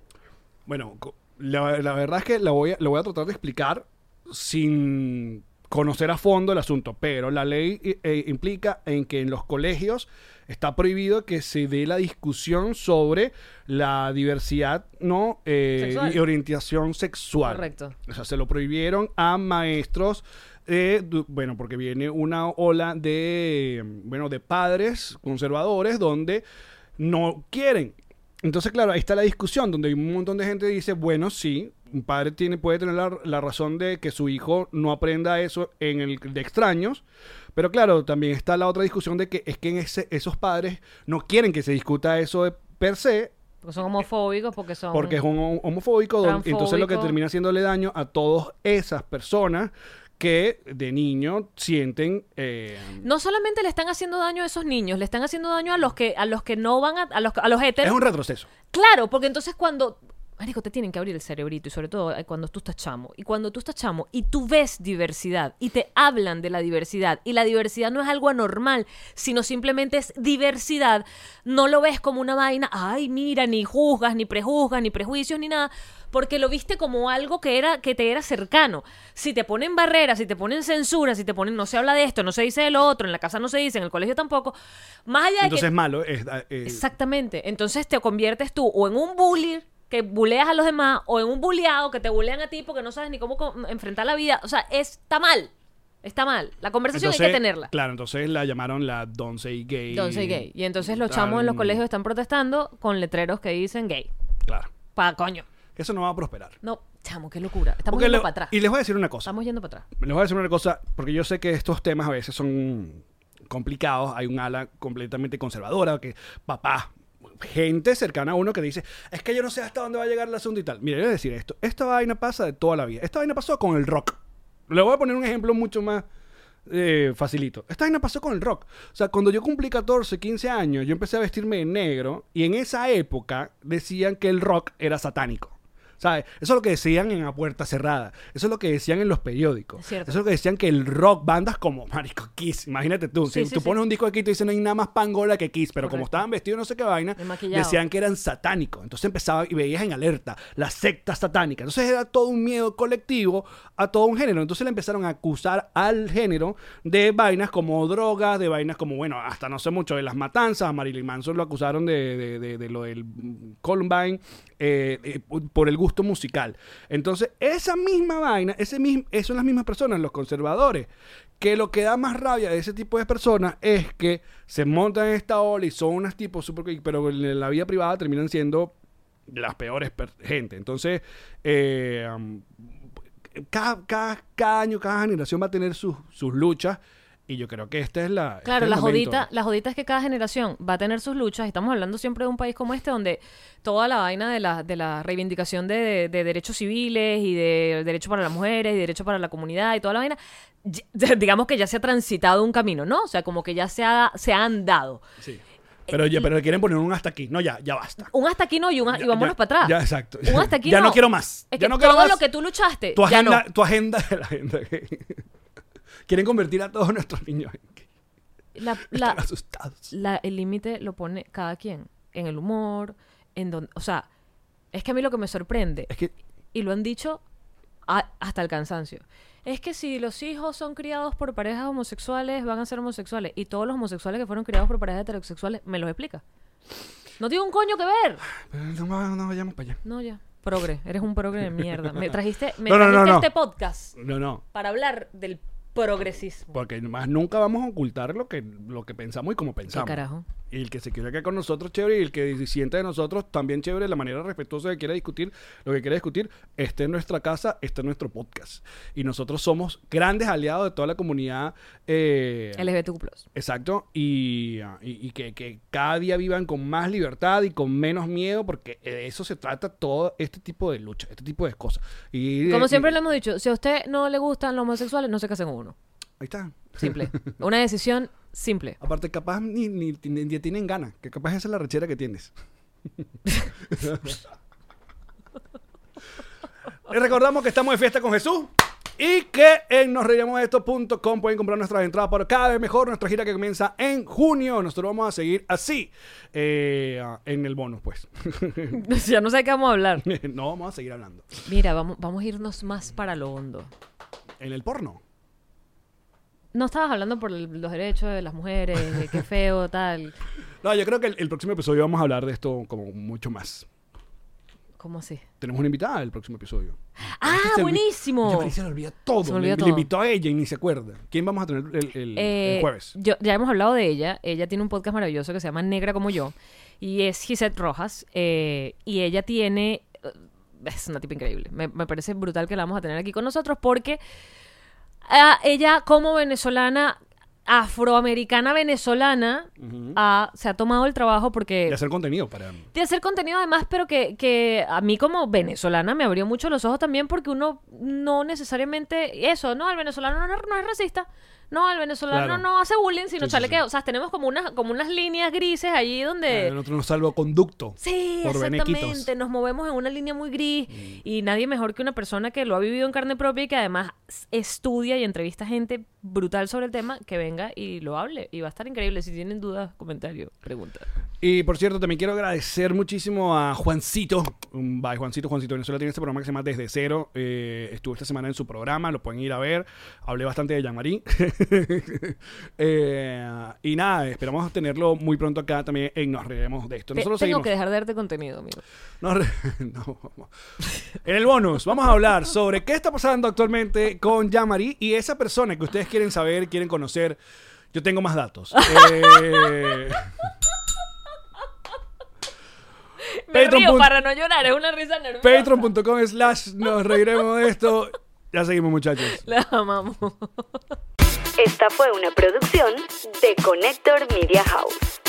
[SPEAKER 3] Bueno, co- la, la verdad es que la voy, a, la voy a tratar de explicar sin conocer a fondo el asunto, pero la ley i- eh, implica en que en los colegios está prohibido que se dé la discusión sobre la diversidad no Eh,
[SPEAKER 4] Sexual.
[SPEAKER 3] y orientación sexual.
[SPEAKER 4] Correcto.
[SPEAKER 3] O sea, se lo prohibieron a maestros. eh, du- bueno, porque viene una ola de, bueno, de padres conservadores donde no quieren. Entonces, claro, ahí está la discusión donde hay un montón de gente que dice, bueno, sí, un padre tiene, puede tener la, la razón de que su hijo no aprenda eso en el de extraños, pero claro, también está la otra discusión de que es que en ese- esos padres no quieren que se discuta eso de per se,
[SPEAKER 4] Porque son homofóbicos, porque son.
[SPEAKER 3] Eh, porque es un hom- homofóbico, don- entonces lo que
[SPEAKER 4] Transfóbico.
[SPEAKER 3] termina haciéndole daño a todas esas personas que de niño sienten... eh,
[SPEAKER 4] No solamente le están haciendo daño a esos niños, le están haciendo daño a los que, a los que no van a, a los a los
[SPEAKER 3] es
[SPEAKER 4] héteros.
[SPEAKER 3] un retroceso.
[SPEAKER 4] Claro, porque entonces cuando. Marico, te tienen que abrir el cerebrito y sobre todo eh, cuando tú estás chamo. Y cuando tú estás chamo y tú ves diversidad y te hablan de la diversidad y la diversidad no es algo anormal, sino simplemente es diversidad, no lo ves como una vaina, ay, mira, ni juzgas, ni prejuzgas, ni prejuicios, ni nada, porque lo viste como algo que, era, que te era cercano. Si te ponen barreras, si te ponen censura, si te ponen no se habla de esto, no se dice de lo otro, en la casa no se dice, en el colegio tampoco, más allá de que-
[SPEAKER 3] Entonces es malo. Es, eh, eh,
[SPEAKER 4] Exactamente. Entonces te conviertes tú o en un bully que buleas a los demás o en un buleado que te bulean a ti porque no sabes ni cómo co- enfrentar la vida. O sea, está mal. Está mal. La conversación hay
[SPEAKER 3] entonces,
[SPEAKER 4] que tenerla.
[SPEAKER 3] Claro, entonces la llamaron la Don't Say Gay.
[SPEAKER 4] Don't say gay. Y entonces los
[SPEAKER 3] Tal-
[SPEAKER 4] chamos en los colegios están protestando con letreros que dicen gay.
[SPEAKER 3] Claro.
[SPEAKER 4] Pa' coño.
[SPEAKER 3] Eso no va a prosperar.
[SPEAKER 4] No, chamo, qué locura. Estamos
[SPEAKER 3] Porque
[SPEAKER 4] yendo
[SPEAKER 3] le-
[SPEAKER 4] para atrás.
[SPEAKER 3] Y les voy a decir una cosa.
[SPEAKER 4] Estamos yendo para atrás.
[SPEAKER 3] Les voy a decir una cosa, porque yo sé que estos temas a veces son complicados. Hay un ala completamente conservadora que, papá, gente cercana a uno que dice, es que yo no sé hasta dónde va a llegar el asunto y tal. Mira, yo voy a decir esto. Esta vaina pasa de toda la vida. Esta vaina pasó con el rock. Le voy a poner un ejemplo mucho más eh, facilito. Esta vaina pasó con el rock. O sea, cuando yo cumplí 14, 15 años, yo empecé a vestirme de negro y en esa época decían que el rock era satánico. ¿Sabes? Eso es lo que decían en A Puerta Cerrada. Eso es lo que decían en los periódicos.
[SPEAKER 4] Es cierto.
[SPEAKER 3] Eso es lo que decían que el rock, bandas como Marico Kiss, imagínate tú.
[SPEAKER 4] Sí,
[SPEAKER 3] si
[SPEAKER 4] sí,
[SPEAKER 3] tú
[SPEAKER 4] sí.
[SPEAKER 3] pones un disco aquí y te dicen no hay nada más pangola que Kiss, pero como
[SPEAKER 4] Correcto.
[SPEAKER 3] estaban vestidos no sé qué vaina,
[SPEAKER 4] Y maquillados.
[SPEAKER 3] decían que eran satánicos. Entonces empezaba y veías en alerta la secta satánica. Entonces era todo un miedo colectivo a todo un género. Entonces le empezaron a acusar al género de vainas como drogas, de vainas como, bueno, hasta no sé mucho, de las matanzas. A Marilyn Manson lo acusaron de, de- de- de lo del mm, Columbine eh, eh, por- por el gusto musical. Entonces, esa misma vaina, ese mismo, son las mismas personas, los conservadores, que lo que da más rabia de ese tipo de personas es que se montan en esta ola y son unas tipos super geek, pero en la vida privada terminan siendo las peores per- gente. Entonces, eh, um, cada, cada- cada año, cada generación va a tener sus, sus luchas y yo creo que esta es la... este
[SPEAKER 4] Claro,
[SPEAKER 3] es el
[SPEAKER 4] la
[SPEAKER 3] momento.
[SPEAKER 4] jodita, la jodita es que cada generación va a tener sus luchas. Estamos hablando siempre de un país como este donde toda la vaina de la, de la reivindicación de, de- de derechos civiles y de derecho para las mujeres y derecho para la comunidad y toda la vaina, ya- digamos que ya se ha transitado un camino, ¿no? O sea, como que ya se ha, se ha andado.
[SPEAKER 3] Sí. Pero, ya- pero le quieren poner un hasta aquí. No, ya, ya basta.
[SPEAKER 4] Un hasta aquí no y, un, ha- y
[SPEAKER 3] Ya-
[SPEAKER 4] vámonos
[SPEAKER 3] ya-
[SPEAKER 4] para atrás.
[SPEAKER 3] ya, exacto.
[SPEAKER 4] Un hasta aquí
[SPEAKER 3] Ya
[SPEAKER 4] no.
[SPEAKER 3] no quiero más.
[SPEAKER 4] Es
[SPEAKER 3] Ya
[SPEAKER 4] que
[SPEAKER 3] no quiero
[SPEAKER 4] todo
[SPEAKER 3] más.
[SPEAKER 4] lo que tú luchaste,
[SPEAKER 3] tu
[SPEAKER 4] ya
[SPEAKER 3] agenda,
[SPEAKER 4] no.
[SPEAKER 3] tu agenda, la agenda gay. Quieren convertir a todos nuestros niños en gay.
[SPEAKER 4] la- la-
[SPEAKER 3] asustados.
[SPEAKER 4] la- el límite lo pone cada quien. En el humor, en donde. O sea, es que a mí lo que me sorprende,
[SPEAKER 3] Es que
[SPEAKER 4] y lo han dicho a- hasta el cansancio, es que si los hijos son criados por parejas homosexuales, van a ser homosexuales. Y todos los homosexuales que fueron criados por parejas heterosexuales, me los explica. No tiene un coño que ver.
[SPEAKER 3] no, no, no vayamos para allá.
[SPEAKER 4] No, ya. Progre. Eres un progre de mierda. Me trajiste, me
[SPEAKER 3] No, no, no,
[SPEAKER 4] trajiste
[SPEAKER 3] no.
[SPEAKER 4] este podcast
[SPEAKER 3] No, no.
[SPEAKER 4] para hablar del progresismo.
[SPEAKER 3] Porque más nunca vamos a ocultar lo que, lo que pensamos y cómo pensamos.
[SPEAKER 4] carajo.
[SPEAKER 3] Y el que se quiere acá con nosotros, chévere. Y el que sienta de nosotros, también chévere. La manera respetuosa que quiera discutir lo que quiera discutir. Está en nuestra casa, está en nuestro podcast. Y nosotros somos grandes aliados de toda la comunidad. eh,
[SPEAKER 4] LGBTQ+.
[SPEAKER 3] Exacto, y, ah, y- y que, que cada día vivan con más libertad y con menos miedo, porque de eso se trata todo este tipo de lucha, este tipo de cosas. Y,
[SPEAKER 4] Como
[SPEAKER 3] y-
[SPEAKER 4] siempre lo hemos dicho, si a usted no le gustan los homosexuales, no se casen con uno.
[SPEAKER 3] Ahí está.
[SPEAKER 4] Simple. Una decisión simple.
[SPEAKER 3] Aparte, capaz ni, ni, ni- ni tienen ganas, que capaz esa es la rechera que tienes. Les recordamos que estamos de fiesta con Jesús y que en nosreiremosdeesto.com pueden comprar nuestras entradas para cada vez mejor nuestra gira que comienza en junio. Nosotros vamos a seguir así eh, ah, en el bonus, pues.
[SPEAKER 4] ya no sé de qué vamos a hablar.
[SPEAKER 3] no vamos a seguir hablando.
[SPEAKER 4] Mira, vamos, vamos a irnos más para lo hondo.
[SPEAKER 3] En el porno.
[SPEAKER 4] No estabas hablando por el- los derechos de las mujeres, de qué feo, tal.
[SPEAKER 3] No, yo creo que el, el próximo episodio vamos a hablar de esto como mucho más.
[SPEAKER 4] ¿Cómo así?
[SPEAKER 3] Tenemos una invitada el próximo episodio.
[SPEAKER 4] ¡Ah,
[SPEAKER 3] Se olvi- Ya
[SPEAKER 4] buenísimo!
[SPEAKER 3] parece que se le olvida todo.
[SPEAKER 4] Se me olvida
[SPEAKER 3] le, le
[SPEAKER 4] todo.
[SPEAKER 3] invitó a ella y ni se acuerda. ¿Quién vamos a tener el, el- el
[SPEAKER 4] Eh,
[SPEAKER 3] jueves?
[SPEAKER 4] yo- ya hemos hablado de ella. Ella tiene un podcast maravilloso que se llama Negra como yo. Y es Gisette Rojas. eh, y ella tiene... eh, Es una tipa increíble. Me, me parece brutal que la vamos a tener aquí con nosotros porque ah, ella como venezolana, afroamericana venezolana, ah, se ha tomado el trabajo porque
[SPEAKER 3] De hacer contenido para...
[SPEAKER 4] de hacer contenido además, pero que, que a mí como venezolana me abrió mucho los ojos también porque uno no necesariamente eso, ¿no? El venezolano no, no es racista. No, el venezolano
[SPEAKER 3] Claro.
[SPEAKER 4] no hace bullying, sino
[SPEAKER 3] Sí, sí,
[SPEAKER 4] chale que,
[SPEAKER 3] sí.
[SPEAKER 4] o sea, tenemos como unas, como unas líneas grises allí donde...
[SPEAKER 3] Eh, nosotros nos salvoconducto.
[SPEAKER 4] Sí,
[SPEAKER 3] por Mm. benequitos.
[SPEAKER 4] exactamente. Nos movemos en una línea muy gris y nadie mejor que una persona que lo ha vivido en carne propia y que además s- estudia y entrevista gente brutal sobre el tema que venga y lo hable. Y va a estar increíble. Si tienen dudas, comentarios, preguntas.
[SPEAKER 3] Y por cierto, también quiero agradecer muchísimo a Juancito. Um, Bye, Juancito. Juancito Venezuela tiene este programa que se llama Desde Cero. Eh, estuvo esta semana en su programa, lo pueden ir a ver. Hablé bastante de Yamarí. y nada, esperamos tenerlo muy pronto acá también en Nos Reiremos de Esto.
[SPEAKER 4] Te- tengo
[SPEAKER 3] Nosotros seguimos.
[SPEAKER 4] que dejar de darte contenido, amigo.
[SPEAKER 3] No, re- no, vamos. En el bonus vamos a hablar sobre qué está pasando actualmente con Yamari y esa persona que ustedes quieren saber, quieren conocer. Yo tengo más datos. Eh,
[SPEAKER 4] Me
[SPEAKER 3] Patreon
[SPEAKER 4] río
[SPEAKER 3] pun-
[SPEAKER 4] para no llorar, es una risa nerviosa.
[SPEAKER 3] Patreon.com slash nos reiremos de esto. Ya seguimos muchachos.
[SPEAKER 4] La amamos.
[SPEAKER 1] Esta fue una producción de Connector Media House.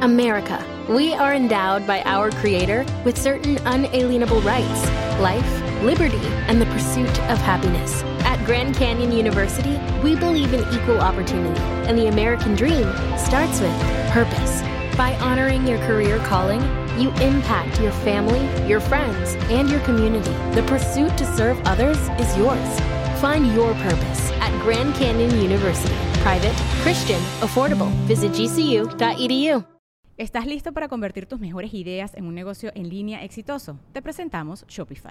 [SPEAKER 6] America. We are endowed by our Creator with certain unalienable rights life, liberty, and the pursuit of happiness. At Grand Canyon University, we believe in equal opportunity, and the American dream starts with purpose. By honoring your career calling, you impact your family, your friends, and your community. The pursuit to serve others is yours. Find your purpose at Grand Canyon University. Private, Christian, affordable. Visit gcu.edu.
[SPEAKER 7] ¿Estás listo para convertir tus mejores ideas en un negocio en línea exitoso? Te presentamos Shopify.